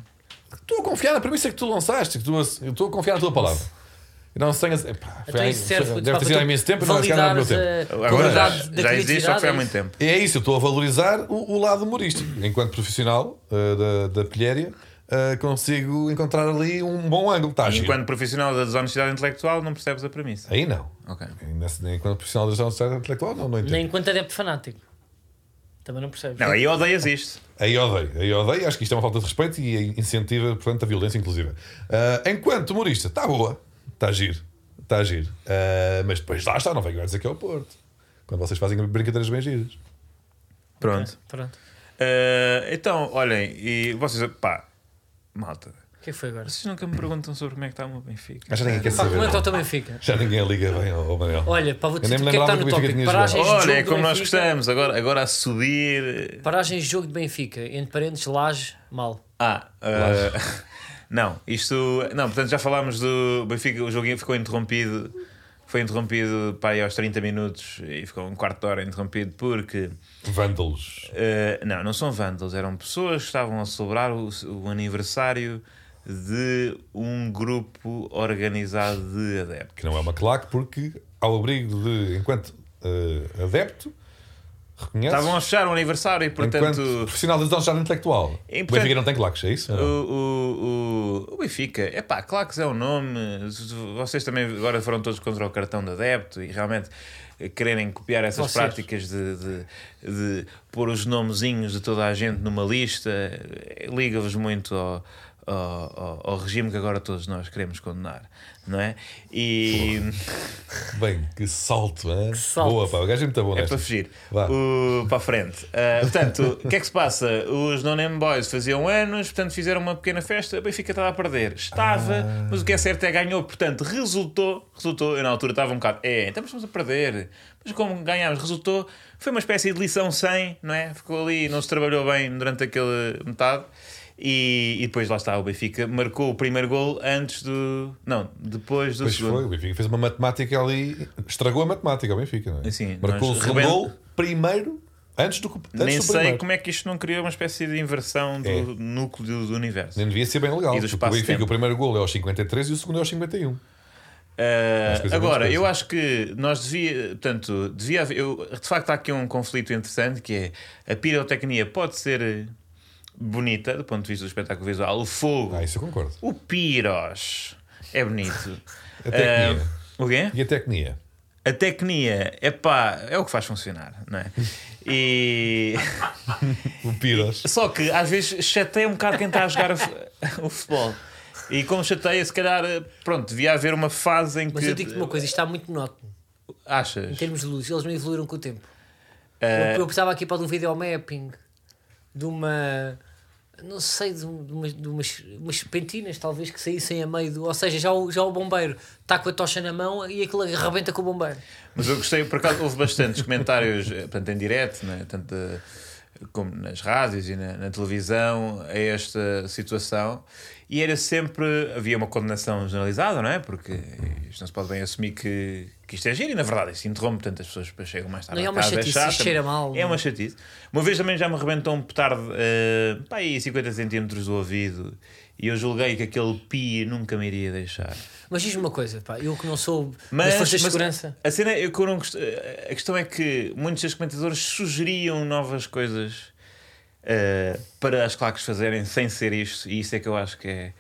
Speaker 2: Estou a confiar na premissa que tu lançaste. Que tu, eu estou a confiar na tua palavra. E Não sei. Epá, foi
Speaker 1: Então
Speaker 2: há-
Speaker 1: isso serve
Speaker 2: deve ter sido há imenso tempo, não é? Se calhar
Speaker 1: validar eh,
Speaker 2: não é o meu tempo.
Speaker 1: a
Speaker 3: Agora já,
Speaker 1: qualidade da
Speaker 3: já existe, só que foi há
Speaker 1: criatividade.
Speaker 3: muito tempo.
Speaker 2: É isso, eu estou a valorizar o, o lado humorístico. Enquanto profissional ah, da, da pilhéria, ah, consigo encontrar ali um bom ângulo. Tá, giro.
Speaker 3: Enquanto profissional da desonestidade intelectual, não percebes a premissa.
Speaker 2: Aí não.
Speaker 3: Ok.
Speaker 2: Nesse- Enquanto profissional da gestão intelectual, não, não entendo.
Speaker 1: Nem enquanto adepto fanático. Também não percebes.
Speaker 3: Não, aí odeias isto.
Speaker 2: Aí odeio, aí odeio, acho que isto é uma falta de respeito e incentiva, portanto, a violência, inclusive. Ah, enquanto humorista, está boa, está giro, está giro. Ah, mas depois lá está, não vem dizer que é o Porto. Quando vocês fazem brincadeiras bem giras.
Speaker 3: Pronto.
Speaker 1: Pronto.
Speaker 3: Ah, então, olhem, e vocês, pá, malta,
Speaker 1: O que é que foi agora?
Speaker 3: vocês nunca me perguntam sobre como é que está o meu Benfica.
Speaker 2: Mas já ninguém quer
Speaker 1: Pá,
Speaker 2: saber.
Speaker 1: comenta é tá o teu Benfica.
Speaker 2: Já ninguém liga bem ao ao Manel.
Speaker 1: Olha, pá, vou te
Speaker 2: Eu nem
Speaker 1: dizer
Speaker 2: me
Speaker 1: o que é que está no
Speaker 2: lembrava que o Benfica
Speaker 1: tópico.
Speaker 2: tinha
Speaker 1: Paragens de jogo
Speaker 3: Olha, é
Speaker 1: do
Speaker 3: como nós
Speaker 1: Benfica.
Speaker 3: gostamos, agora, agora a subir.
Speaker 1: Paragens de jogo de Benfica. Entre parentes, laje, mal.
Speaker 3: Ah, eh, não, isto. Não, portanto, já falámos do. Benfica, o jogo ficou interrompido. Foi interrompido para aí aos 30 minutos e ficou um quarto de hora interrompido porque.
Speaker 2: Vândalos.
Speaker 3: eh, não, não são vândalos, eram pessoas que estavam a celebrar o, o aniversário de um grupo organizado de adeptos.
Speaker 2: Que não é uma claque, porque ao abrigo de, enquanto ah, adepto, reconheces.
Speaker 3: Estavam a fechar o aniversário e, portanto.
Speaker 2: Enquanto profissional da gestão intelectual.
Speaker 3: E,
Speaker 2: O
Speaker 3: portanto- uh,
Speaker 2: Benfica não tem claques, é isso?
Speaker 3: O, o, o, o Benfica, é pá, claro que é o nome. Vocês também agora foram todos contra o cartão de adepto e realmente eh, quererem copiar essas
Speaker 1: Vocês.
Speaker 3: práticas de, de, de pôr os nomezinhos de toda a gente numa lista, eh, liga-vos muito ao, ao, ao- ao regime que agora todos nós queremos condenar, não é? E
Speaker 2: Bem, que salto, hein?
Speaker 1: salto.
Speaker 2: Boa, pá, o gajo é muito bom
Speaker 3: é
Speaker 2: nesta.
Speaker 3: para fugir
Speaker 2: Vá.
Speaker 3: O- para a frente. Ah, portanto, o que é que se passa? Os No Name Boys faziam anos, portanto, fizeram uma pequena festa. O Benfica estava a perder. Estava,
Speaker 2: Ah.
Speaker 3: mas o que é certo é que ganhou. Portanto, resultou. Resultou. Eu na altura estava um bocado. É, então estamos a perder. Mas como ganhámos, resultou. Foi uma espécie de lição 100, não é? Ficou ali, não se trabalhou bem durante aquele metade. E, e depois lá está, o Benfica marcou o primeiro gol antes do. Não, depois do
Speaker 2: Pois
Speaker 3: segundo.
Speaker 2: foi, o Benfica fez uma matemática ali, estragou a matemática, o Benfica, não é?
Speaker 3: Sim,
Speaker 2: Marcou o
Speaker 3: nós
Speaker 2: segundo
Speaker 3: rebent-
Speaker 2: gol primeiro, antes do, antes
Speaker 3: Nem
Speaker 2: do
Speaker 3: sei
Speaker 2: primeiro.
Speaker 3: como é que isto não criou uma espécie de inversão do
Speaker 2: É.
Speaker 3: núcleo do, do universo.
Speaker 2: Nem devia ser bem legal,
Speaker 3: E do
Speaker 2: porque o
Speaker 3: espaço-tempo.
Speaker 2: Benfica, o primeiro gol é aos 53 e o segundo é aos 51.
Speaker 3: Ah,
Speaker 2: Mas coisa
Speaker 3: agora,
Speaker 2: menos coisa.
Speaker 3: eu acho que nós devia, portanto, devia haver, eu, de facto há aqui um conflito interessante que é a pirotecnia pode ser eh, bonita do ponto de vista do espetáculo visual, o fogo,
Speaker 2: Ah, isso eu concordo.
Speaker 3: o piros, é bonito.
Speaker 2: A técnica.
Speaker 3: Ah, o quê?
Speaker 2: E a técnica?
Speaker 3: A técnica, é pá, é o que faz funcionar, não é? E.
Speaker 2: O Piras.
Speaker 3: Só que às vezes chateia um bocado quem está a jogar o fu- o futebol. E como chateia, se calhar, eh, pronto, devia haver uma fase em que.
Speaker 1: Mas eu digo-te uma coisa, isto está muito monótono. Em
Speaker 3: Achas?
Speaker 1: termos de luz, eles não evoluíram com o tempo. Eu, eu precisava aqui para de um videomapping de uma. Não sei, de, um- de umas, de umas- umas pentinas talvez que saíssem a meio do. Ou seja, já o, já o bombeiro está com a tocha na mão e aquilo arrebenta com o bombeiro.
Speaker 3: Mas eu gostei, por acaso houve bastantes comentários, eh, portanto, em direto, né, tanto eh, como nas rádios e na, na televisão, a esta situação. E era sempre. Havia uma condenação generalizada, não é? Porque isto não se pode bem assumir que, que isto é giro e, na verdade, isso interrompe, portanto, as pessoas depois chegam mais tarde.
Speaker 1: Não, é
Speaker 3: à
Speaker 1: uma
Speaker 3: casa,
Speaker 1: chatice,
Speaker 3: chato,
Speaker 1: isto cheira mal.
Speaker 3: É uma chatice. Uma vez também já me arrebentou um petardo, eh, pá, aí 50 centímetros do ouvido, e eu julguei que aquele pi nunca me iria deixar.
Speaker 1: Mas diz-me uma coisa, pá, eu que não sou das forças de segurança.
Speaker 3: A cena é que eu não gost- A questão é que muitos dos comentadores sugeriam novas coisas eh, para as claques fazerem sem ser isto, e isso é que eu acho que é.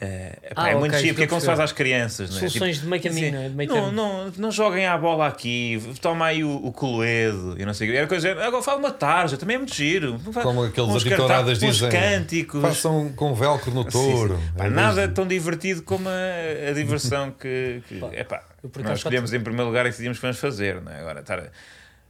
Speaker 3: eh, epá,
Speaker 1: Ah,
Speaker 3: é
Speaker 1: ok,
Speaker 3: muito
Speaker 1: estou
Speaker 3: chique, porque
Speaker 1: a
Speaker 3: é como se
Speaker 1: perceber.
Speaker 3: faz às crianças, não é?
Speaker 1: Soluções de meio caminho,
Speaker 3: assim,
Speaker 1: não é? De meio
Speaker 3: não,
Speaker 1: termo.
Speaker 3: não, não joguem a bola aqui, toma aí o, o Coledo e não sei o que. Era coisa, agora fala uma tarja, também é muito giro.
Speaker 2: Como aqueles
Speaker 3: Uns
Speaker 2: atitoradas
Speaker 3: cartazes, uns
Speaker 2: dizem.
Speaker 3: cânticos.
Speaker 2: Façam com velcro no touro. É
Speaker 3: Sim, sim. Pá,
Speaker 2: Em vez
Speaker 3: nada
Speaker 2: de-
Speaker 3: tão divertido como a, a diversão que, que- epá,
Speaker 1: eu por acaso
Speaker 3: nós escolhemos em primeiro lugar e decidimos que vamos fazer, não é? Agora, estar a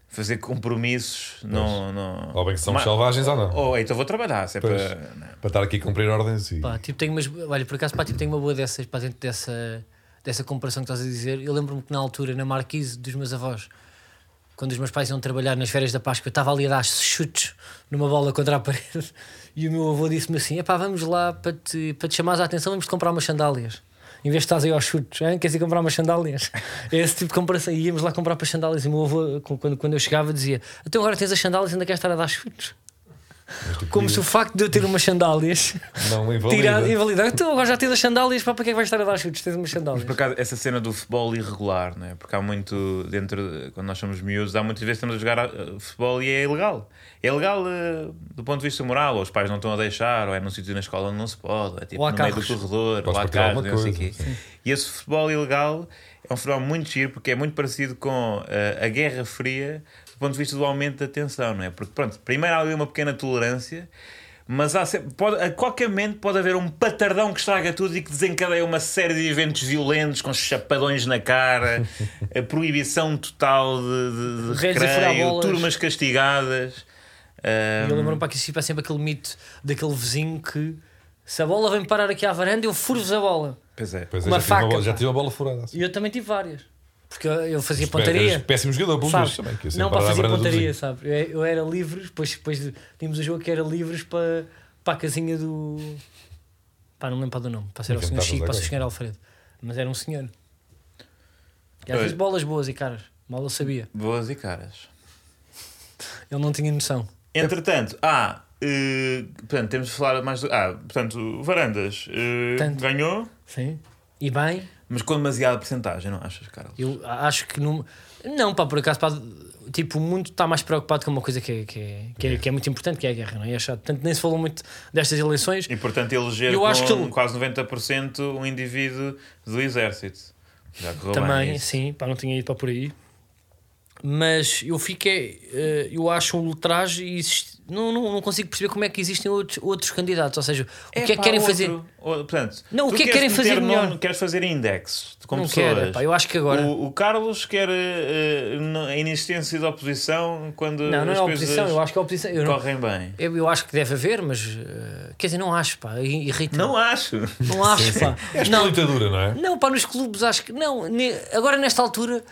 Speaker 3: fazer compromissos não, não.
Speaker 2: Ou bem que são
Speaker 3: Ma-
Speaker 2: selvagens ou não.
Speaker 3: Ou então vou trabalhar, se é
Speaker 2: Pois.
Speaker 3: para. não.
Speaker 2: Para estar aqui a cumprir ordens e.
Speaker 1: Pá, tipo, tenho umas. Olha, por acaso, pá, tipo, tenho uma boa dessas, pá, dentro dessa, dessa comparação que estás a dizer. Eu lembro-me que na altura, na marquise dos meus avós, quando os meus pais iam trabalhar nas férias da Páscoa, eu estava ali a dar chutes numa bola contra a parede e o meu avô disse-me assim: é pá, vamos lá para te, para te chamares a atenção, vamos te comprar umas sandálias. Em vez de estás aí aos chutes, hein? queres ir comprar umas sandálias? É esse tipo de comparação. E íamos lá comprar para sandálias. E o meu avô, com- quando, quando eu chegava, dizia: Então agora tens as sandálias e ainda queres estar a dar chutes? Como se o facto de eu ter umas sandálias
Speaker 2: Não
Speaker 1: Tirar,
Speaker 2: invalida.
Speaker 1: invalidar. Então agora já tens as sandálias, pá, para que é que vais estar a dar chutes? Tens umas sandálias.
Speaker 3: Por acaso, essa cena do futebol irregular, não é? Porque há muito dentro, de- quando nós somos miúdos, há muitas vezes que estamos a jogar uh, futebol e é ilegal. É ilegal uh, do ponto de vista moral, ou os pais não estão a deixar, ou é num sítio na escola onde não se pode, ou é tipo
Speaker 1: Ou há
Speaker 3: no
Speaker 1: carros.
Speaker 3: meio do corredor,
Speaker 2: Podes
Speaker 3: ou há
Speaker 2: partilhar
Speaker 3: carros,
Speaker 2: alguma
Speaker 3: não sei o
Speaker 2: coisa,
Speaker 3: quê. E esse futebol ilegal é um fenómeno muito giro porque é muito parecido com uh, a Guerra Fria do ponto de vista do aumento da tensão, não é? Porque, pronto, primeiro há ali uma pequena tolerância. Mas há sempre, pode, a qualquer momento pode haver um patardão que estraga tudo e que desencadeia uma série de eventos violentos com chapadões na cara, a proibição total de, de, de
Speaker 1: Velhos a furar
Speaker 3: recreio,
Speaker 1: bolas.
Speaker 3: turmas castigadas.
Speaker 1: E eu lembro-me para que isso tipo, é sempre aquele mito daquele vizinho que se a bola vem parar aqui à varanda, eu furo-vos a bola.
Speaker 3: Pois é.
Speaker 2: Pois é,
Speaker 1: Uma
Speaker 2: já tive
Speaker 1: faca,
Speaker 2: bola- Já
Speaker 1: pá.
Speaker 2: tive a bola furada. assim.
Speaker 1: E eu também tive várias. Porque eu, eu fazia
Speaker 2: Eras
Speaker 1: pontaria.
Speaker 2: Péssimo jogador, pelo
Speaker 1: sabes?
Speaker 2: menos. também, que assim ia sempre
Speaker 1: Não, para
Speaker 2: parar à
Speaker 1: fazer
Speaker 2: varanda do
Speaker 1: pontaria,
Speaker 2: vizinho.
Speaker 1: sabe? Eu, eu era livre, depois, depois de- tínhamos o jogo que era livres para, para a casinha do. Pá, não me lembro para do nome. Para ser o senhor
Speaker 2: Inventavas
Speaker 1: Chico, para ser o
Speaker 2: agora.
Speaker 1: senhor Alfredo. Mas era um senhor. E às
Speaker 3: Pois.
Speaker 1: vezes bolas boas e caras. Mal eu sabia.
Speaker 2: é.
Speaker 3: Boas e caras.
Speaker 1: Ele não tinha noção.
Speaker 3: Entretanto, há. eh, portanto, temos de falar mais. Do, ah, portanto, Varandas eh,
Speaker 1: Tanto.
Speaker 3: ganhou,
Speaker 1: Sim. E bem,
Speaker 3: mas com demasiada porcentagem, não achas, Carlos?
Speaker 1: eu a- acho que não. Não, pá, por acaso, pá, tipo, o mundo está mais preocupado com uma coisa que é, que, é, que, é, que é muito importante, que é a guerra, não é? E é chato. Portanto, nem se falou muito destas eleições.
Speaker 3: E portanto, eleger
Speaker 1: Eu
Speaker 3: com
Speaker 1: acho que ele-
Speaker 3: quase 90% um indivíduo do exército. Já correu bem
Speaker 1: Também,
Speaker 3: isso.
Speaker 1: sim, pá, não tinha ido para por aí. Mas eu fiquei, eh, eu acho um ultraje e exist- não, não, não consigo perceber como é que existem outros, outros candidatos. Ou seja, o que é que
Speaker 3: pá,
Speaker 1: querem
Speaker 3: outro-
Speaker 1: fazer?
Speaker 3: o- portanto,
Speaker 1: Não, o
Speaker 3: tu
Speaker 1: que é que querem
Speaker 3: queres meter
Speaker 1: fazer melhor?
Speaker 3: nono, Queres fazer index com
Speaker 1: Não
Speaker 3: pessoas.
Speaker 1: quero, pá, eu acho que agora.
Speaker 3: O, o Carlos quer eh, eh, no- a inexistência da oposição quando
Speaker 1: Não, não é
Speaker 3: as
Speaker 1: a
Speaker 3: coisas
Speaker 1: oposição, eu acho que a oposição. Eu, não-
Speaker 3: correm bem.
Speaker 1: eu, eu acho que deve haver, mas. eh, quer dizer, não acho, pá, i- irrita.
Speaker 3: Não acho.
Speaker 1: Não acho, pá.
Speaker 2: És pela
Speaker 1: Não,
Speaker 2: ditadura, não é?
Speaker 1: não, pá, nos clubes acho que. Não, ne- agora nesta altura,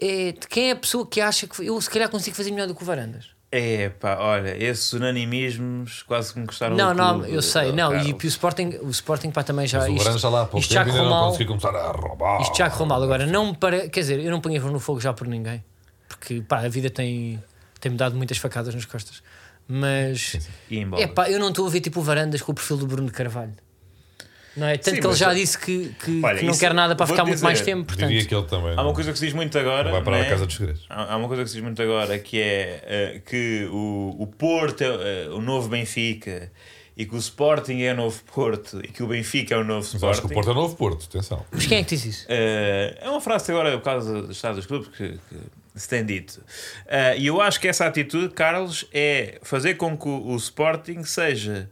Speaker 1: é, de quem é a pessoa que acha que eu se calhar consigo fazer melhor do que o Varandas?
Speaker 3: É pá, olha, esses unanimismos quase que me custaram
Speaker 1: Não,
Speaker 3: o
Speaker 1: não,
Speaker 3: clube,
Speaker 1: eu sei,
Speaker 3: ó,
Speaker 1: não, e
Speaker 3: Carlos.
Speaker 1: o Sporting, o Sporting pá, também já.
Speaker 2: Mas o Laranja lá, pô,
Speaker 1: isto já correu
Speaker 2: ainda não
Speaker 1: mal,
Speaker 2: consegui começar a roubar.
Speaker 1: isto já correu mal. Agora, não me para. Quer dizer, eu não ponho a mão no fogo já por ninguém, porque pá, a vida tem, tem-me dado muitas facadas nas costas. Mas,
Speaker 3: E embora.
Speaker 1: é pá, eu não estou a ver tipo o Varandas com o perfil do Bruno de Carvalho. Não é? Tanto
Speaker 3: Sim,
Speaker 1: que ele
Speaker 3: mas-
Speaker 1: já disse que, que,
Speaker 3: Olha,
Speaker 1: que não
Speaker 3: isso-
Speaker 1: quer nada para
Speaker 3: vou
Speaker 1: ficar muito
Speaker 3: dizer,
Speaker 1: mais tempo, portanto.
Speaker 2: Diria que ele também.
Speaker 3: Há
Speaker 2: não-
Speaker 3: uma coisa que se diz muito agora.
Speaker 2: não Vai parar
Speaker 3: não é?
Speaker 2: a casa dos segredos.
Speaker 3: Há há uma coisa que se diz muito agora que é eh, que o, o Porto é eh, o novo Benfica e que o Sporting é o novo Porto e que o Benfica é o novo
Speaker 2: Mas
Speaker 3: Sporting.
Speaker 2: acho que o Porto é novo Porto, atenção.
Speaker 1: Mas quem é que diz isso?
Speaker 3: Eh, é uma frase agora por causa do estado dos clubes que, que se tem dito. Eh, E eu acho que essa atitude, Carlos, é fazer com que o, o Sporting seja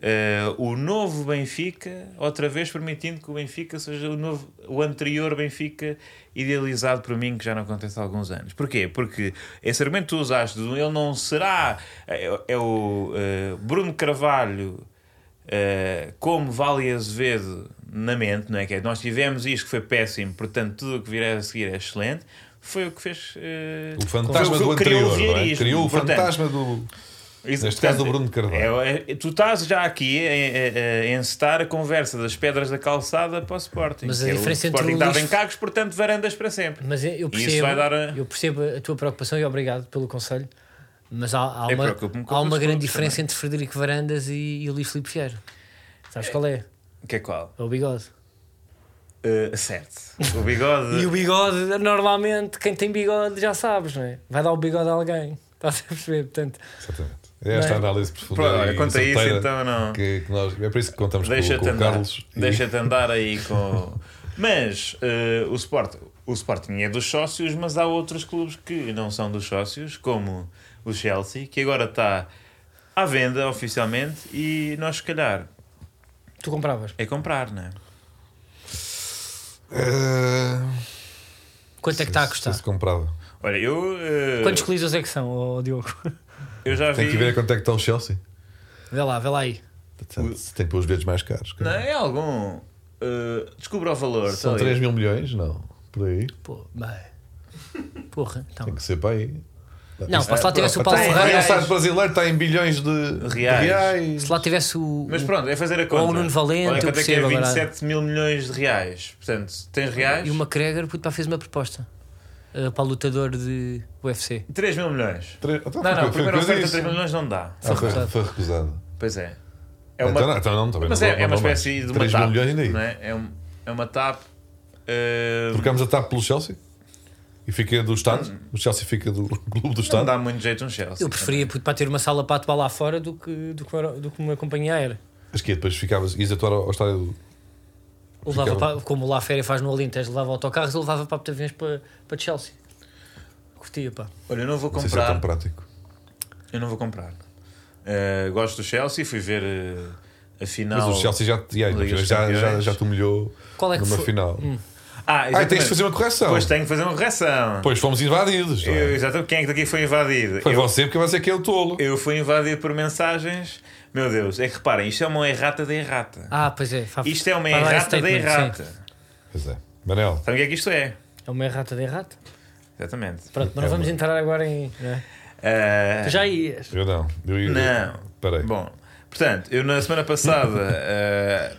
Speaker 3: eh, o novo Benfica, outra vez permitindo que o Benfica seja o, novo, o anterior Benfica idealizado por mim, que já não acontece há alguns anos. Porquê? Porque esse argumento que tu usaste, do ele não será, é, é o eh, Bruno Carvalho. Uh, como Vale Azevedo na mente, não é? Que é, nós tivemos isto que foi péssimo, portanto tudo o que vier a seguir é excelente. Foi o que fez. uh,
Speaker 2: O fantasma
Speaker 3: foi
Speaker 2: do
Speaker 3: o que criou o
Speaker 2: anterior, não é?
Speaker 3: realismo.
Speaker 2: Criou o
Speaker 3: Portanto,
Speaker 2: fantasma do.
Speaker 3: isso,
Speaker 2: Neste caso, do Bruno Carvalho.
Speaker 3: é- é- tu estás já aqui a- a a encetar a conversa das pedras da calçada para o Sporting.
Speaker 1: Mas a
Speaker 3: Que é o
Speaker 1: diferença entre
Speaker 3: Sporting
Speaker 1: o
Speaker 3: dava
Speaker 1: Luís-
Speaker 3: em cagos, portanto varandas para sempre.
Speaker 1: Mas eu- eu
Speaker 3: E isso
Speaker 1: percebo,
Speaker 3: vai dar a-
Speaker 1: eu percebo a tua preocupação e obrigado pelo conselho. Mas há, há
Speaker 3: Eu
Speaker 1: uma,
Speaker 3: preocupo-me com
Speaker 1: há
Speaker 3: os
Speaker 1: uma grande
Speaker 3: clubes
Speaker 1: diferença entre Frederico Varandas e, e Luís Filipe Vieira. Sabes qual é?
Speaker 3: Que é qual?
Speaker 1: É o bigode.
Speaker 3: Uh, certo. O bigode.
Speaker 1: E o bigode, normalmente, quem tem bigode já sabes, não é? Vai dar o bigode a alguém. Estás a perceber? Portanto,
Speaker 2: Exatamente. É esta
Speaker 1: Bem.
Speaker 2: análise profunda.
Speaker 3: Pronto, olha,
Speaker 2: e
Speaker 3: quanto a isso,
Speaker 2: certeira
Speaker 3: então, não.
Speaker 2: Que, que nós, é por isso que contamos com-
Speaker 3: Deixa-te
Speaker 2: com, o
Speaker 3: andar.
Speaker 2: Carlos. e-
Speaker 3: Deixa-te andar aí com. Mas eh, o, Sport, o Sporting é dos sócios, mas há outros clubes que não são dos sócios, como o Chelsea, que agora está à venda oficialmente e nós, se calhar,
Speaker 1: tu compravas.
Speaker 3: é comprar, não é?
Speaker 2: Ah,
Speaker 1: Quanto é que está a
Speaker 2: se-
Speaker 1: custar?
Speaker 2: Se comprava.
Speaker 3: Olha, eu, eh,
Speaker 1: Quantos colisos é que são, ó, Diogo?
Speaker 3: eu já
Speaker 2: Tem
Speaker 3: vi.
Speaker 2: que ver a quanto é que está o Chelsea.
Speaker 1: Vê lá, vê lá aí.
Speaker 2: Portanto, se Tem que pôr os dedos mais caros.
Speaker 3: Não,
Speaker 2: cara.
Speaker 3: é algum. eh, descubra o valor.
Speaker 2: São
Speaker 3: sei lá.
Speaker 2: 3 mil milhões? Não. Por aí.
Speaker 1: Pô, bem. Porra, então.
Speaker 2: Tem que ser para aí.
Speaker 1: Não, se lá tivesse o Paulo
Speaker 2: Está em- O
Speaker 1: Ferreira.
Speaker 2: site brasileiro está em bilhões de
Speaker 3: Reais.
Speaker 2: de
Speaker 1: Se lá tivesse o.
Speaker 3: Mas pronto, é fazer a conta.
Speaker 1: o um Nuno Valente,
Speaker 3: Olha,
Speaker 1: eu
Speaker 3: quanto é que é
Speaker 1: percebo agora.
Speaker 3: 27 mil milhões de reais? Portanto, tens reais?
Speaker 1: E o McGregor, puto, pá, fez uma proposta eh, para o lutador de UFC.
Speaker 3: 3 mil milhões.
Speaker 2: Três- então, foi-
Speaker 3: Não, não, a
Speaker 2: foi
Speaker 3: primeira
Speaker 2: coisa
Speaker 3: oferta de
Speaker 2: isso.
Speaker 3: 3 mil milhões não dá.
Speaker 2: Ah, foi,
Speaker 1: recusado.
Speaker 2: foi recusado.
Speaker 3: Pois é. É
Speaker 2: É
Speaker 3: uma,
Speaker 2: então, não, então não, também
Speaker 3: mas
Speaker 2: não
Speaker 3: é,
Speaker 2: vou-
Speaker 3: é uma
Speaker 2: não vou mais.
Speaker 3: espécie de uma
Speaker 2: Três mil
Speaker 3: TAP.
Speaker 2: milhões ainda aí.
Speaker 3: não é? É, um- é uma TAP. eh,
Speaker 2: Trocamos a TAP pelo Chelsea e fica do Estado.
Speaker 3: Hum.
Speaker 2: O Chelsea fica do Clube do
Speaker 3: não
Speaker 2: Estado.
Speaker 3: dá muito jeito um Chelsea.
Speaker 1: Eu preferia puto, para ter uma sala para atuar lá fora do que, do que, uma- do que uma companhia aérea.
Speaker 2: Mas que é, depois ficavas, ias atuar ao ao estádio do.
Speaker 1: Levava
Speaker 2: Ficava-
Speaker 1: para- como lá a férias faz no Alentejo, levava autocarros, eu levava para aviões para, para Chelsea. Curtia, pá.
Speaker 3: Olha, eu não vou
Speaker 2: Não sei se é
Speaker 3: comprar.
Speaker 2: tão prático.
Speaker 3: eu não vou comprar. Eh, gosto do Chelsea, fui ver eh, a final.
Speaker 2: Mas o Chelsea já, te- já,
Speaker 3: Liga dos
Speaker 2: já, já,
Speaker 3: Campeões.
Speaker 2: já te humilhou
Speaker 1: Qual é que
Speaker 2: numa
Speaker 1: foi-
Speaker 2: final.
Speaker 3: Ah,
Speaker 2: Ah, e
Speaker 3: exatamente.
Speaker 2: tens de fazer uma
Speaker 1: Então.
Speaker 2: correção.
Speaker 3: Pois
Speaker 2: Pois,
Speaker 3: tenho que fazer uma correção.
Speaker 2: fomos invadidos. não é?
Speaker 3: Eu, exatamente. Quem é que daqui foi invadido?
Speaker 2: Foi
Speaker 3: eu,
Speaker 2: você, porque você que é o tolo.
Speaker 3: eu fui invadido por mensagens. Meu Deus, é que reparem, isto é uma errata da errata.
Speaker 1: Ah, pois é. fa-
Speaker 3: isto é uma
Speaker 1: faz lá esse
Speaker 3: errata da
Speaker 1: statement,
Speaker 3: errata.
Speaker 1: sim.
Speaker 2: Pois é. Manel,
Speaker 3: Sabe o que é que isto é?
Speaker 1: É uma errata de errata.
Speaker 3: Exatamente.
Speaker 1: Pronto, mas
Speaker 2: É
Speaker 1: não vamos
Speaker 2: uma-
Speaker 1: entrar agora em. não é?
Speaker 3: Eh,
Speaker 1: Tu já é. ias.
Speaker 2: eu não. Eu ia.
Speaker 3: Não.
Speaker 2: Peraí.
Speaker 3: Bom, portanto, eu na semana passada eh,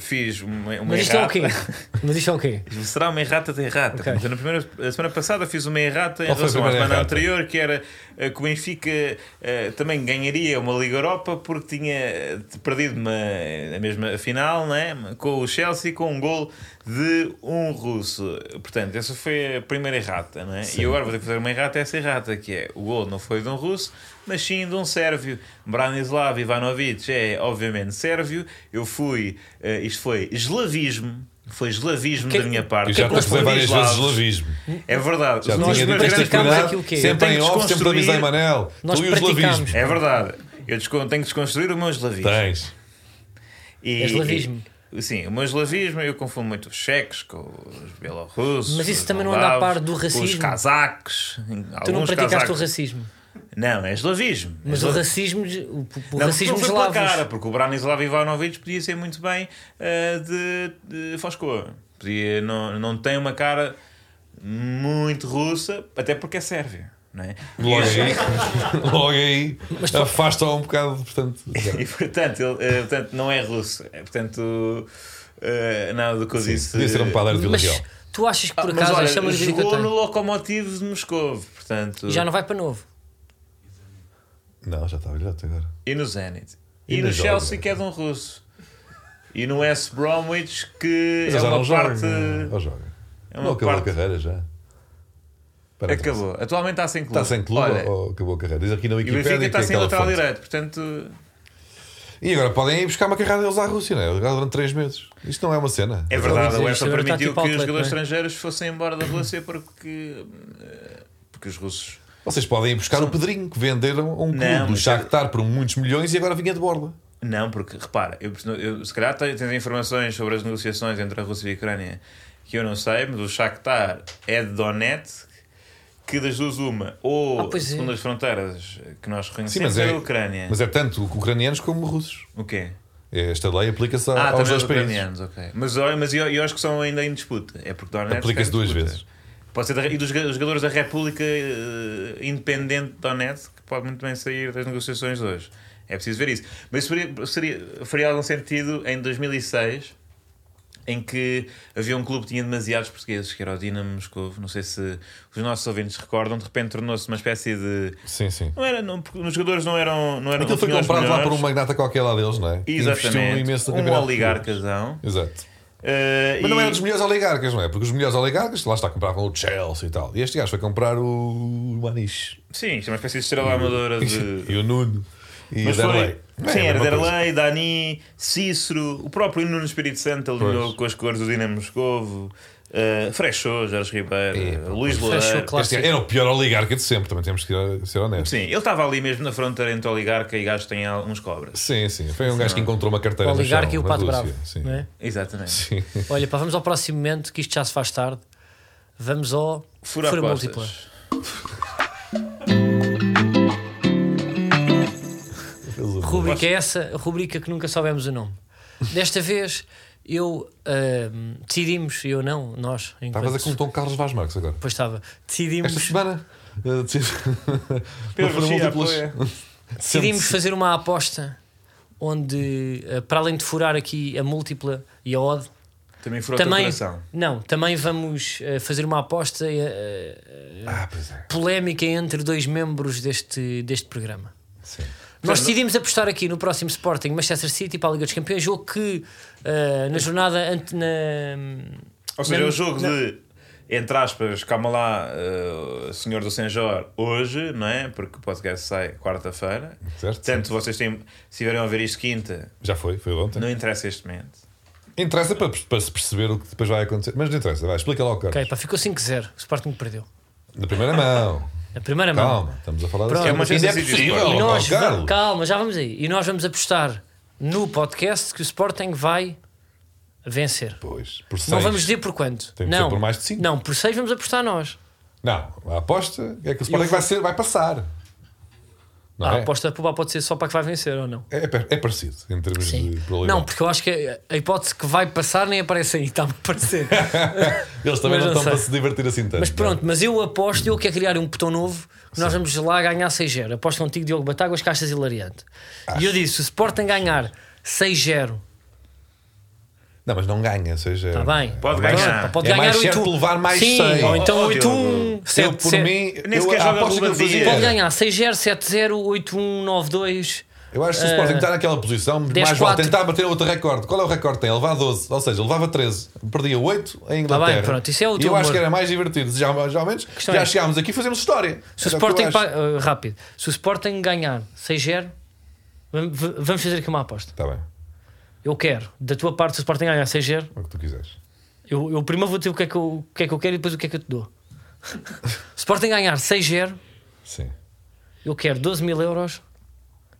Speaker 3: fiz uma, uma
Speaker 1: Mas isto é o
Speaker 3: errata.
Speaker 1: quê? Mas isto é o quê?
Speaker 3: Será uma errata de errata.
Speaker 1: Ok.
Speaker 3: Portanto, na primeira, a semana passada fiz uma errata em
Speaker 2: Qual foi a
Speaker 3: relação à
Speaker 2: primeira
Speaker 3: semana
Speaker 2: errata?
Speaker 3: anterior, que era eh, que o Benfica eh, também ganharia uma Liga Europa porque tinha eh, perdido uma, a mesma final né? com o Chelsea com um gol de um russo. Portanto, essa foi a primeira errata. Né? E agora vou ter que fazer uma errata a essa errata, que é o gol não foi de um russo, mas sim de um sérvio. Branislav Ivanovic é, obviamente, sérvio. Eu fui, eh, isto foi eslavismo. Foi eslavismo
Speaker 1: Que-
Speaker 3: da minha parte.
Speaker 2: E já
Speaker 3: Porque
Speaker 2: estás a fazer várias
Speaker 3: eslavos-
Speaker 2: vezes eslavismo.
Speaker 3: É verdade.
Speaker 2: Já
Speaker 3: Os meus
Speaker 2: tinha dito
Speaker 3: primeiros
Speaker 2: esta
Speaker 1: praticámos
Speaker 3: grandes-
Speaker 2: explicar.
Speaker 1: aqui o quê? Eu
Speaker 2: Sempre
Speaker 3: tenho
Speaker 2: em
Speaker 3: que
Speaker 2: off, sempre para avisar,
Speaker 3: desconstruir-
Speaker 2: Manel.
Speaker 1: é. Nós
Speaker 2: Tu e o eslavismo.
Speaker 1: praticámos.
Speaker 3: É verdade. Eu descon- tenho que desconstruir o meu eslavismo.
Speaker 2: Tens.
Speaker 3: E,
Speaker 1: É eslavismo.
Speaker 3: e- sim, o meu eslavismo eu confundo muito os cheques com os bielorrussos.
Speaker 1: Mas isso
Speaker 3: os
Speaker 1: também não anda a
Speaker 3: moldavos,
Speaker 1: par do
Speaker 3: com Os
Speaker 1: racismo?
Speaker 3: casacos.
Speaker 1: Tu não
Speaker 3: alguns
Speaker 1: praticaste
Speaker 3: casacos.
Speaker 1: o racismo.
Speaker 3: Não, é eslavismo. É
Speaker 1: Mas o
Speaker 3: esla-
Speaker 1: racismo. O, o racismo
Speaker 3: Não, porque não foi pela
Speaker 1: eslavos.
Speaker 3: cara, porque o Branislav Ivanovic podia ser muito bem eh, de, de Foscoa. Podia, não, não tem uma cara muito russa, até porque é sérvio. Não é?
Speaker 2: Logo aí. Logo aí. Afasta-o um bocado. Portanto,
Speaker 3: E portanto, ele, eh, portanto não é russo. É, portanto, eh, nada do que eu disse. eh,
Speaker 2: podia ser um padeiro de Vila
Speaker 1: Mas
Speaker 2: Real.
Speaker 1: tu achas que por
Speaker 3: Ah, mas
Speaker 1: acaso
Speaker 3: olha,
Speaker 1: chama-lhe que eu
Speaker 3: jogou no
Speaker 1: tenho?
Speaker 3: Lokomotiv de Moscou, portanto,
Speaker 1: E já não vai para novo.
Speaker 2: Não, já está velhote agora.
Speaker 3: e no Zenit, e,
Speaker 2: E
Speaker 3: no
Speaker 2: no jogo.
Speaker 3: Chelsea, que é de um russo, e no West Bromwich, que
Speaker 2: Mas
Speaker 3: é
Speaker 2: já
Speaker 3: uma
Speaker 2: não joga,
Speaker 3: parte.
Speaker 2: Não joga.
Speaker 3: É
Speaker 2: Não
Speaker 3: uma
Speaker 2: acabou
Speaker 3: parte
Speaker 2: a carreira já. Espera,
Speaker 3: Acabou. Atualmente está sem clube.
Speaker 2: Está sem clube
Speaker 3: Olha,
Speaker 2: ou acabou a carreira? Diz aqui na
Speaker 3: e o Benfica
Speaker 2: Wikipédia que
Speaker 3: está
Speaker 2: é
Speaker 3: sem
Speaker 2: aquela
Speaker 3: lateral
Speaker 2: fonte.
Speaker 3: direito, portanto.
Speaker 2: E agora podem ir buscar uma carrada deles à Rússia, não é? Agora Durante 3 meses. Isto não é uma cena.
Speaker 3: É verdade, a
Speaker 1: Isto
Speaker 3: UEFA
Speaker 1: agora está
Speaker 3: permitiu
Speaker 1: tipo
Speaker 3: que
Speaker 1: outlet,
Speaker 2: né?
Speaker 3: os jogadores
Speaker 1: não é?
Speaker 3: estrangeiros fossem embora da Rússia porque, eh, porque os russos.
Speaker 2: Vocês podem ir buscar o Pedrinho que venderam a um clube
Speaker 3: Não,
Speaker 2: do
Speaker 3: mas- é-
Speaker 2: Shakhtar por muitos milhões e agora vinha de borda.
Speaker 3: Não, porque repara, eu, eu, se calhar tenho, tenho informações sobre as negociações entre a Rússia e a Ucrânia que eu não sei, mas o Shakhtar é de Donetsk, que das duas uma, ou
Speaker 1: Ah, pois é.
Speaker 3: segundo as fronteiras que nós
Speaker 2: Sim,
Speaker 3: reconhecemos,
Speaker 2: mas
Speaker 3: é
Speaker 2: é,
Speaker 3: a Ucrânia.
Speaker 2: mas é tanto ucranianos como russos. É,
Speaker 3: O quê?
Speaker 2: Esta lei aplica-se a-
Speaker 3: Ah,
Speaker 2: aos
Speaker 3: também
Speaker 2: dois
Speaker 3: os
Speaker 2: países.
Speaker 3: ucranianos, ok. Mas, olha, mas eu, eu acho que são ainda em disputa. É porque Donetsk
Speaker 2: Aplica-se
Speaker 3: está em
Speaker 2: duas
Speaker 3: disputa.
Speaker 2: vezes.
Speaker 3: Pode ser da- e dos ga- os jogadores da República eh, Independente de Donetsk, que pode muito bem sair das negociações de hoje. É preciso ver isso. Mas isso faria, seria- faria algum sentido em 2006, em que havia um clube que tinha demasiados portugueses, que era o Dinamo Moscovo. Não sei se os nossos ouvintes recordam, de repente tornou-se uma espécie de.
Speaker 2: Sim, sim.
Speaker 3: Não era, não, porque os jogadores não eram. Não eram
Speaker 2: Aquilo foi
Speaker 3: não tinham os
Speaker 2: comprado lá
Speaker 3: melhores.
Speaker 2: por um magnata qualquer lá deles, não é? Que investiu
Speaker 3: Exatamente.
Speaker 2: imenso no
Speaker 3: Um
Speaker 2: campeonato.
Speaker 3: oligarcazão.
Speaker 2: Exato.
Speaker 3: Eh,
Speaker 2: Mas não
Speaker 3: e-
Speaker 2: era dos melhores oligarcas, não é? Porque os melhores oligarcas, lá está, compravam o Chelsea e tal. E este gajo foi comprar o Maniche
Speaker 3: Sim, isto é uma espécie de estrela amadora de.
Speaker 2: e o Nuno e o
Speaker 3: Mas foi.
Speaker 2: Derlei. Não é a
Speaker 3: Sim, era
Speaker 2: mesma coisa.
Speaker 3: Derlei, Dani, Cícero, o próprio Nuno Espírito Santo alinhou
Speaker 2: Pois.
Speaker 3: com as cores do Dinamo Moscovo, uh, Freixou, Jorge Ribeiro,
Speaker 2: É,
Speaker 3: uh, Luís
Speaker 1: Freixou,
Speaker 3: Loureiro.
Speaker 1: claro.
Speaker 2: Este era o pior oligarca de sempre, também temos que ser honestos.
Speaker 3: Sim, ele estava ali mesmo na fronteira entre oligarca e gajo que tem uns cobras.
Speaker 2: Sim, sim. Foi um gajo que encontrou uma carteira
Speaker 1: O
Speaker 2: no
Speaker 1: oligarca
Speaker 2: chão,
Speaker 1: e o
Speaker 2: na
Speaker 1: pato
Speaker 2: Rússia.
Speaker 1: bravo.
Speaker 2: Sim.
Speaker 1: não é?
Speaker 3: Exatamente.
Speaker 2: Sim.
Speaker 1: Olha, pá, vamos ao próximo momento, que isto já se faz tarde. Vamos ao
Speaker 3: Fura,
Speaker 1: Fura
Speaker 3: apostas.
Speaker 1: múltipla. Rubrica é essa, a rubrica que nunca soubemos o nome. Desta vez eu ahm, decidimos, eu não, nós, enquanto.
Speaker 2: Estavas a com o Tom Carlos Vaz Marques agora.
Speaker 1: Pois estava.
Speaker 2: Esta
Speaker 1: Decidimos,
Speaker 2: semana. eh, decidi-
Speaker 3: Pedro
Speaker 2: foram
Speaker 3: Mexia é.
Speaker 2: múltiplas.
Speaker 3: apoia.
Speaker 1: decidimos fazer uma aposta onde, ah, para além de furar aqui a múltipla e a odd,
Speaker 3: Também furou o teu
Speaker 1: também.
Speaker 3: coração.
Speaker 1: Não, também vamos ah, fazer uma aposta ah,
Speaker 2: Ah, pois é.
Speaker 1: polémica entre dois membros deste, deste programa.
Speaker 2: Sim.
Speaker 1: Nós decidimos apostar aqui no próximo Sporting Manchester City para a Liga dos Campeões, jogo que ah, na jornada ante, na, hum,
Speaker 3: Ou seja,
Speaker 1: na-
Speaker 3: é o jogo de, entre aspas, calma lá, eh, senhor do Senjor, hoje, não é? Porque o podcast sai quarta-feira.
Speaker 2: Certo,
Speaker 3: Portanto, vocês têm, se tiverem a ver isto quinta,
Speaker 2: Já foi, foi ontem.
Speaker 3: não interessa este momento.
Speaker 2: Interessa para, para se perceber o que depois vai acontecer. Mas não interessa, vai, explica lá o Carlos.
Speaker 1: Ok, pá, ficou 5-0. O Sporting perdeu.
Speaker 2: Na primeira mão.
Speaker 1: Na primeira mão.
Speaker 2: Calma, estamos a falar
Speaker 1: Tá. Pronto.
Speaker 2: assim.
Speaker 1: É
Speaker 3: Manchester
Speaker 2: Ainda é
Speaker 3: City,
Speaker 2: possível,
Speaker 3: Sporting.
Speaker 1: E
Speaker 2: ó,
Speaker 1: nós,
Speaker 2: Carlos.
Speaker 1: calma, já vamos aí. E nós vamos apostar no podcast que o Sporting vai vencer.
Speaker 2: Pois, por
Speaker 1: Não
Speaker 2: seis.
Speaker 1: vamos dizer por quanto.
Speaker 2: Tem que
Speaker 1: não,
Speaker 2: ser por mais de cinco.
Speaker 1: Não, por 6 vamos apostar nós.
Speaker 2: Não, a aposta é que o Sporting
Speaker 1: Eu-
Speaker 2: vai, ser, vai passar. Não
Speaker 1: Ah,
Speaker 2: é?
Speaker 1: A aposta pública pode ser só para que vai vencer ou não.
Speaker 2: É, é parecido em termos de probabilidade.
Speaker 1: Não, porque eu acho que a hipótese que vai passar nem aparece aí, está-me a aparecer.
Speaker 2: Eles também
Speaker 1: mas
Speaker 2: não
Speaker 1: não
Speaker 2: estão para
Speaker 1: sei.
Speaker 2: se divertir assim tanto.
Speaker 1: Mas pronto, mas eu aposto, eu quero criar um botão novo, que nós vamos lá ganhar 6-0. Aposto contigo, Diogo Batáguas, Caixas e Lariante. E eu disse: se o Sporting ganhar 6-0,
Speaker 2: Não, mas não ganha, ou seja.
Speaker 1: está tá bem.
Speaker 3: Pode
Speaker 1: Pronto,
Speaker 3: ganhar.
Speaker 1: pode
Speaker 2: É
Speaker 1: ganhar
Speaker 2: mais certo
Speaker 1: 8
Speaker 2: levar mais
Speaker 1: Sim,
Speaker 2: seis.
Speaker 1: ou então
Speaker 3: Ó,
Speaker 1: 8-1,
Speaker 2: Eu,
Speaker 1: 7
Speaker 2: por mim,
Speaker 3: Nem
Speaker 2: eu,
Speaker 3: sequer
Speaker 2: a
Speaker 3: joga
Speaker 2: aposta que eu
Speaker 3: Rubadia.
Speaker 2: fazia.
Speaker 1: Pode
Speaker 2: era-
Speaker 1: ganhar 6-0, 7-0, 8-1, 9-2.
Speaker 2: Eu acho que o
Speaker 1: Eh,
Speaker 2: Sporting está naquela posição, mais
Speaker 1: 10-4.
Speaker 2: vale tentar bater outro recorde. Qual é o recorde que tem? Ele Levar 12, ou seja, ele levava 13, perdia 8 em Inglaterra.
Speaker 1: Tá bem, pronto, isso é o
Speaker 2: e
Speaker 1: teu
Speaker 2: eu acho
Speaker 1: humor.
Speaker 2: que era mais divertido. Já, já, ao menos,
Speaker 1: questão
Speaker 2: já
Speaker 1: é-
Speaker 2: chegámos aqui e fazemos história.
Speaker 1: Se o
Speaker 2: Era que eu
Speaker 1: Sporting
Speaker 2: acho.
Speaker 1: pa- eh, rápido, se o Sporting ganhar 6-0, vam- v- vamos fazer aqui uma aposta.
Speaker 2: Está Tá bem,
Speaker 1: Eu quero, da tua parte, se o Sporting ganhar 6-0,
Speaker 2: é o que tu quiseres.
Speaker 1: eu, eu primeiro vou dizer o que, é que eu, o que é que eu quero e depois o que é que eu te dou. Se o Sporting ganhar 6-0,
Speaker 2: Sim.
Speaker 1: eu quero 12 mil euros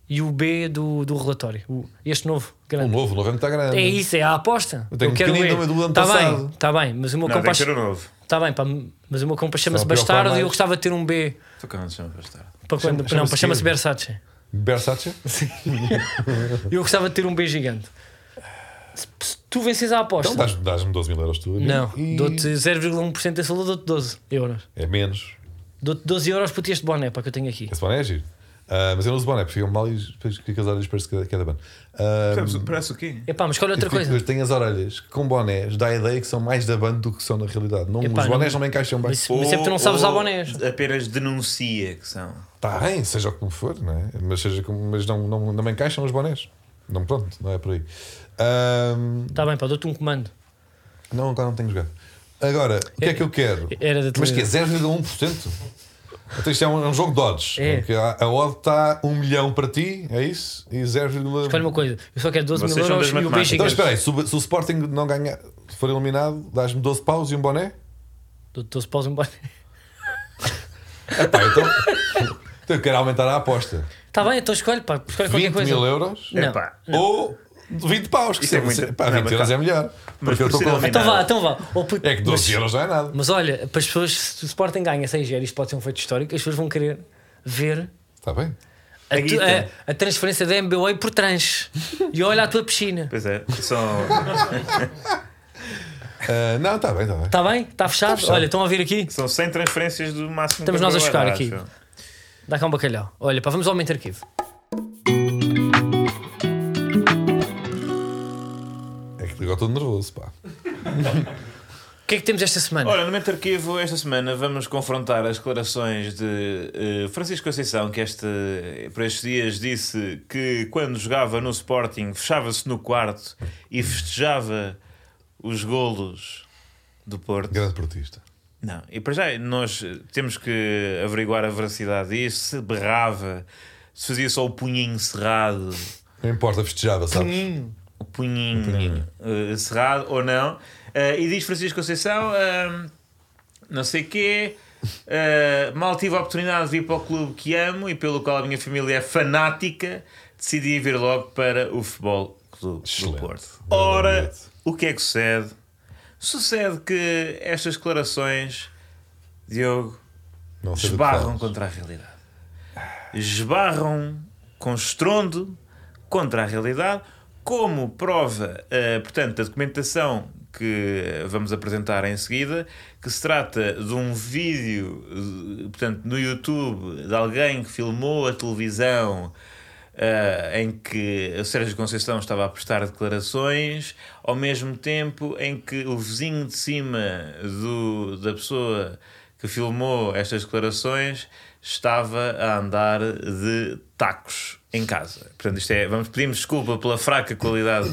Speaker 1: e o B do, do relatório, o- este novo
Speaker 2: O
Speaker 1: grande.
Speaker 2: novo, o novo é muito grande.
Speaker 1: É isso, é a aposta.
Speaker 2: Eu tenho um
Speaker 1: quero o
Speaker 2: pequenino
Speaker 1: E.
Speaker 2: do ano
Speaker 1: tá bem,
Speaker 2: passado.
Speaker 1: tá bem, mas o meu
Speaker 3: Não, tem
Speaker 1: compa
Speaker 3: que ser o novo.
Speaker 1: tá bem, pá, mas o meu compa chama-se
Speaker 2: preocupar
Speaker 1: Bastardo e
Speaker 2: mais.
Speaker 1: eu gostava de ter um B
Speaker 3: Tu que não te chamas bastardo.
Speaker 1: para quando,
Speaker 2: Chama-
Speaker 1: não,
Speaker 2: chama-se
Speaker 1: para chama-se
Speaker 2: quê?
Speaker 1: Versace.
Speaker 2: Versace?
Speaker 1: Eu gostava de ter um B gigante. Se, se tu vences a aposta,
Speaker 2: Então dás- dás-me 12 mil euros tu.
Speaker 1: não,
Speaker 2: e-
Speaker 1: dou-te 0,1% desse valor, dou-te 12 euros.
Speaker 2: É menos.
Speaker 1: Dou-te 12 euros por este boné para que eu tenho aqui.
Speaker 2: Esse boné é giro. Ah, mas eu não uso boné, porque fica mal e depois que as orelhas parece que que é da banda. Ah,
Speaker 3: Parece o quê?
Speaker 1: Epá, mas escolhe outra
Speaker 2: fico-
Speaker 1: coisa.
Speaker 2: Tenho as orelhas que com bonés, dá a ideia que são mais da banda do que são na realidade. Não,
Speaker 1: Epá,
Speaker 2: os bonés
Speaker 1: não-
Speaker 2: não, me encaixam bem.
Speaker 1: Mas, mas é porque tu não sabes usar bonés.
Speaker 3: Apenas denuncia que são.
Speaker 2: Está Tá bem, seja o que for, não é? Mas, seja como- mas não, não, não me encaixam os bonés. Não, pronto, não é por aí. Ah,
Speaker 1: Está bem, pá, dou-te um comando.
Speaker 2: não, agora não tenho jogado. Agora, o que é que eu quero?
Speaker 1: Era da
Speaker 2: Mas que é
Speaker 1: televisão.
Speaker 2: 0,1%? Então isto é um, é um jogo de odds.
Speaker 1: É.
Speaker 2: Em que a, a odd está 1 milhão para ti, é isso? E 0,
Speaker 1: Escolhe uma coisa, eu só quero 12 mil
Speaker 3: Vocês são
Speaker 1: euros
Speaker 3: das
Speaker 1: e o é
Speaker 3: matemáticas.
Speaker 1: beijo
Speaker 2: Então espera aí, se o, se o Sporting não ganhar, se for eliminado, dás-me 12 paus e um boné?
Speaker 1: Do 12 paus um embora.
Speaker 2: Epá, então, então eu quero aumentar a aposta.
Speaker 1: Está bem, então escolhe, pá, escolhe qualquer
Speaker 2: 20
Speaker 1: coisa.
Speaker 2: mil euros
Speaker 1: Não.
Speaker 3: Epá.
Speaker 2: ou 20 paus, que
Speaker 3: Isso é
Speaker 2: sempre-
Speaker 3: muito-
Speaker 2: pá,
Speaker 3: não,
Speaker 2: 20
Speaker 3: mas
Speaker 2: euros
Speaker 3: tá-
Speaker 2: é melhor.
Speaker 3: mas
Speaker 2: Porque eu estou
Speaker 3: precisa
Speaker 2: com...
Speaker 3: aumentar.
Speaker 1: Então vá, então vá. Ó, puto,
Speaker 2: É que 12
Speaker 1: mas,
Speaker 2: euros não é nada.
Speaker 1: mas olha, para as pessoas, se o Sporting ganha 6 euros, isto pode ser um feito histórico, as pessoas vão querer ver
Speaker 2: Está Tá bem.
Speaker 1: a,
Speaker 3: A
Speaker 1: tu-
Speaker 3: guita.
Speaker 1: a- a transferência da MBWay por trans. E olha a tua piscina.
Speaker 3: Pois é, são.
Speaker 2: Ah, não, está bem, está bem.
Speaker 1: Está Tá bem? Está fechado?
Speaker 2: Tá fechado.
Speaker 1: Olha, estão a vir aqui?
Speaker 3: São 100 transferências do máximo.
Speaker 1: Estamos
Speaker 3: que eu
Speaker 1: nós a
Speaker 3: agora
Speaker 1: chocar aqui.
Speaker 3: acho.
Speaker 1: Dá cá um bacalhau. Olha, pá, vamos ao aumento arquivo.
Speaker 2: É que agora estou nervoso, pá.
Speaker 1: O que é que temos esta semana?
Speaker 3: Ora, no momento arquivo, esta semana vamos confrontar as declarações de eh, Francisco Conceição, que este, por estes dias disse que quando jogava no Sporting fechava-se no quarto e festejava os golos do Porto.
Speaker 2: Grande portista.
Speaker 3: Não, e para já nós eh, temos que averiguar a veracidade disso, se berrava, se fazia só o punhinho cerrado,
Speaker 2: Não importa, festejava, sabes?
Speaker 1: Hum,
Speaker 3: o punhinho, eh, cerrado ou não. Eh, e diz Francisco Conceição, ah, não sei quê, ah, mal tive a oportunidade de vir para o clube que amo e pelo qual a minha família é fanática, decidi vir logo para o Futebol Clube
Speaker 2: Excelente.
Speaker 3: do Porto.
Speaker 2: Grande
Speaker 3: Ora,
Speaker 2: bilhete.
Speaker 3: o que é que sucede? Sucede que estas declarações, Diogo,
Speaker 2: Não sei do que
Speaker 3: esbarram
Speaker 2: falas.
Speaker 3: contra a realidade. Esbarram com estrondo contra a realidade, como prova, eh, portanto, a documentação que vamos apresentar em seguida, que se trata de um vídeo, eh, portanto, no YouTube, de alguém que filmou a televisão ah, em que o Sérgio Conceição estava a prestar declarações, ao mesmo tempo em que o vizinho de cima do, da pessoa que filmou estas declarações estava a andar de tacos em casa. Portanto, isto é, vamos pedimos desculpa pela fraca qualidade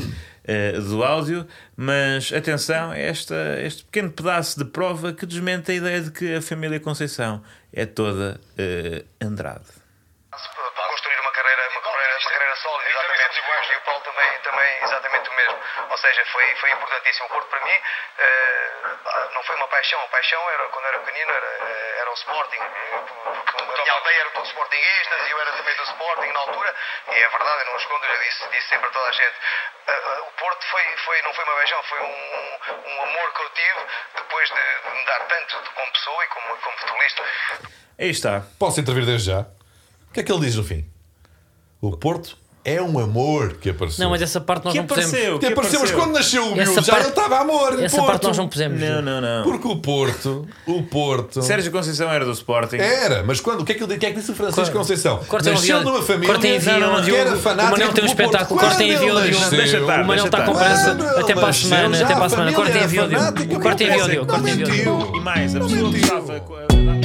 Speaker 3: ah, do áudio, mas atenção, é esta, este pequeno pedaço de prova que desmente a ideia de que a família Conceição é toda ah, Andrade.
Speaker 4: construir uma carreira, uma carreira, uma carreira sólida, exatamente. E o Paulo também, também exatamente o mesmo. Ou seja, foi, foi importantíssimo. O Porto para mim eh, pá, não foi uma paixão. A paixão era quando era pequenino era, eh, era o Sporting. eh, Porque a minha aldeia era todos Sportingistas e eu era também do Sporting na altura. E é verdade, eu não escondo, eu disse, disse sempre a toda a gente. Eh, eh, o Porto foi, foi, não foi uma paixão, foi um, um amor que eu tive depois de, de me dar tanto como pessoa e como, como futebolista.
Speaker 3: Aí está.
Speaker 2: Posso intervir desde já? O que é que ele diz no fim? O Porto é um amor que apareceu.
Speaker 1: Não, mas essa parte nós
Speaker 3: que
Speaker 1: não pusemos.
Speaker 3: apareceu?
Speaker 2: que
Speaker 3: Que
Speaker 2: apareceu, mas quando nasceu o miúdo
Speaker 1: Essa
Speaker 2: já
Speaker 1: parte-
Speaker 2: ele estava amor.
Speaker 1: Essa
Speaker 2: Porto.
Speaker 1: parte nós não pusemos.
Speaker 3: Não, não, não.
Speaker 2: Porque o Porto, o Porto.
Speaker 3: Sérgio Conceição era do Sporting.
Speaker 2: Era, mas quando? O que é que, ele- o que é que disse o Francisco
Speaker 1: Corta-
Speaker 2: Conceição?
Speaker 1: corta
Speaker 2: nasceu
Speaker 1: o avião-
Speaker 2: numa família
Speaker 1: corta em avião,
Speaker 2: que
Speaker 1: Diogo.
Speaker 2: era
Speaker 1: O
Speaker 2: fanática.
Speaker 1: Manel tem um
Speaker 2: do Porto.
Speaker 1: espetáculo, corta em
Speaker 2: Quando
Speaker 1: avião,
Speaker 2: ele
Speaker 1: Diogo.
Speaker 2: nasceu-
Speaker 3: Deixa estar,
Speaker 1: O Manel
Speaker 3: deixa
Speaker 1: está com
Speaker 3: estar.
Speaker 1: pressa.
Speaker 2: Quando
Speaker 1: Até
Speaker 2: ele
Speaker 1: para a
Speaker 2: nasceu,
Speaker 1: semana,
Speaker 2: já
Speaker 1: até para a
Speaker 2: a
Speaker 1: semena.
Speaker 2: família
Speaker 1: Cortem
Speaker 2: era
Speaker 1: a vídeo.
Speaker 2: fanática,
Speaker 1: Cortem a
Speaker 2: mas
Speaker 1: vídeo,
Speaker 2: não
Speaker 1: cortem a vídeo.
Speaker 2: mentiu.
Speaker 3: E mais, a
Speaker 2: Não
Speaker 3: pessoa
Speaker 2: mentiu.
Speaker 3: gostava.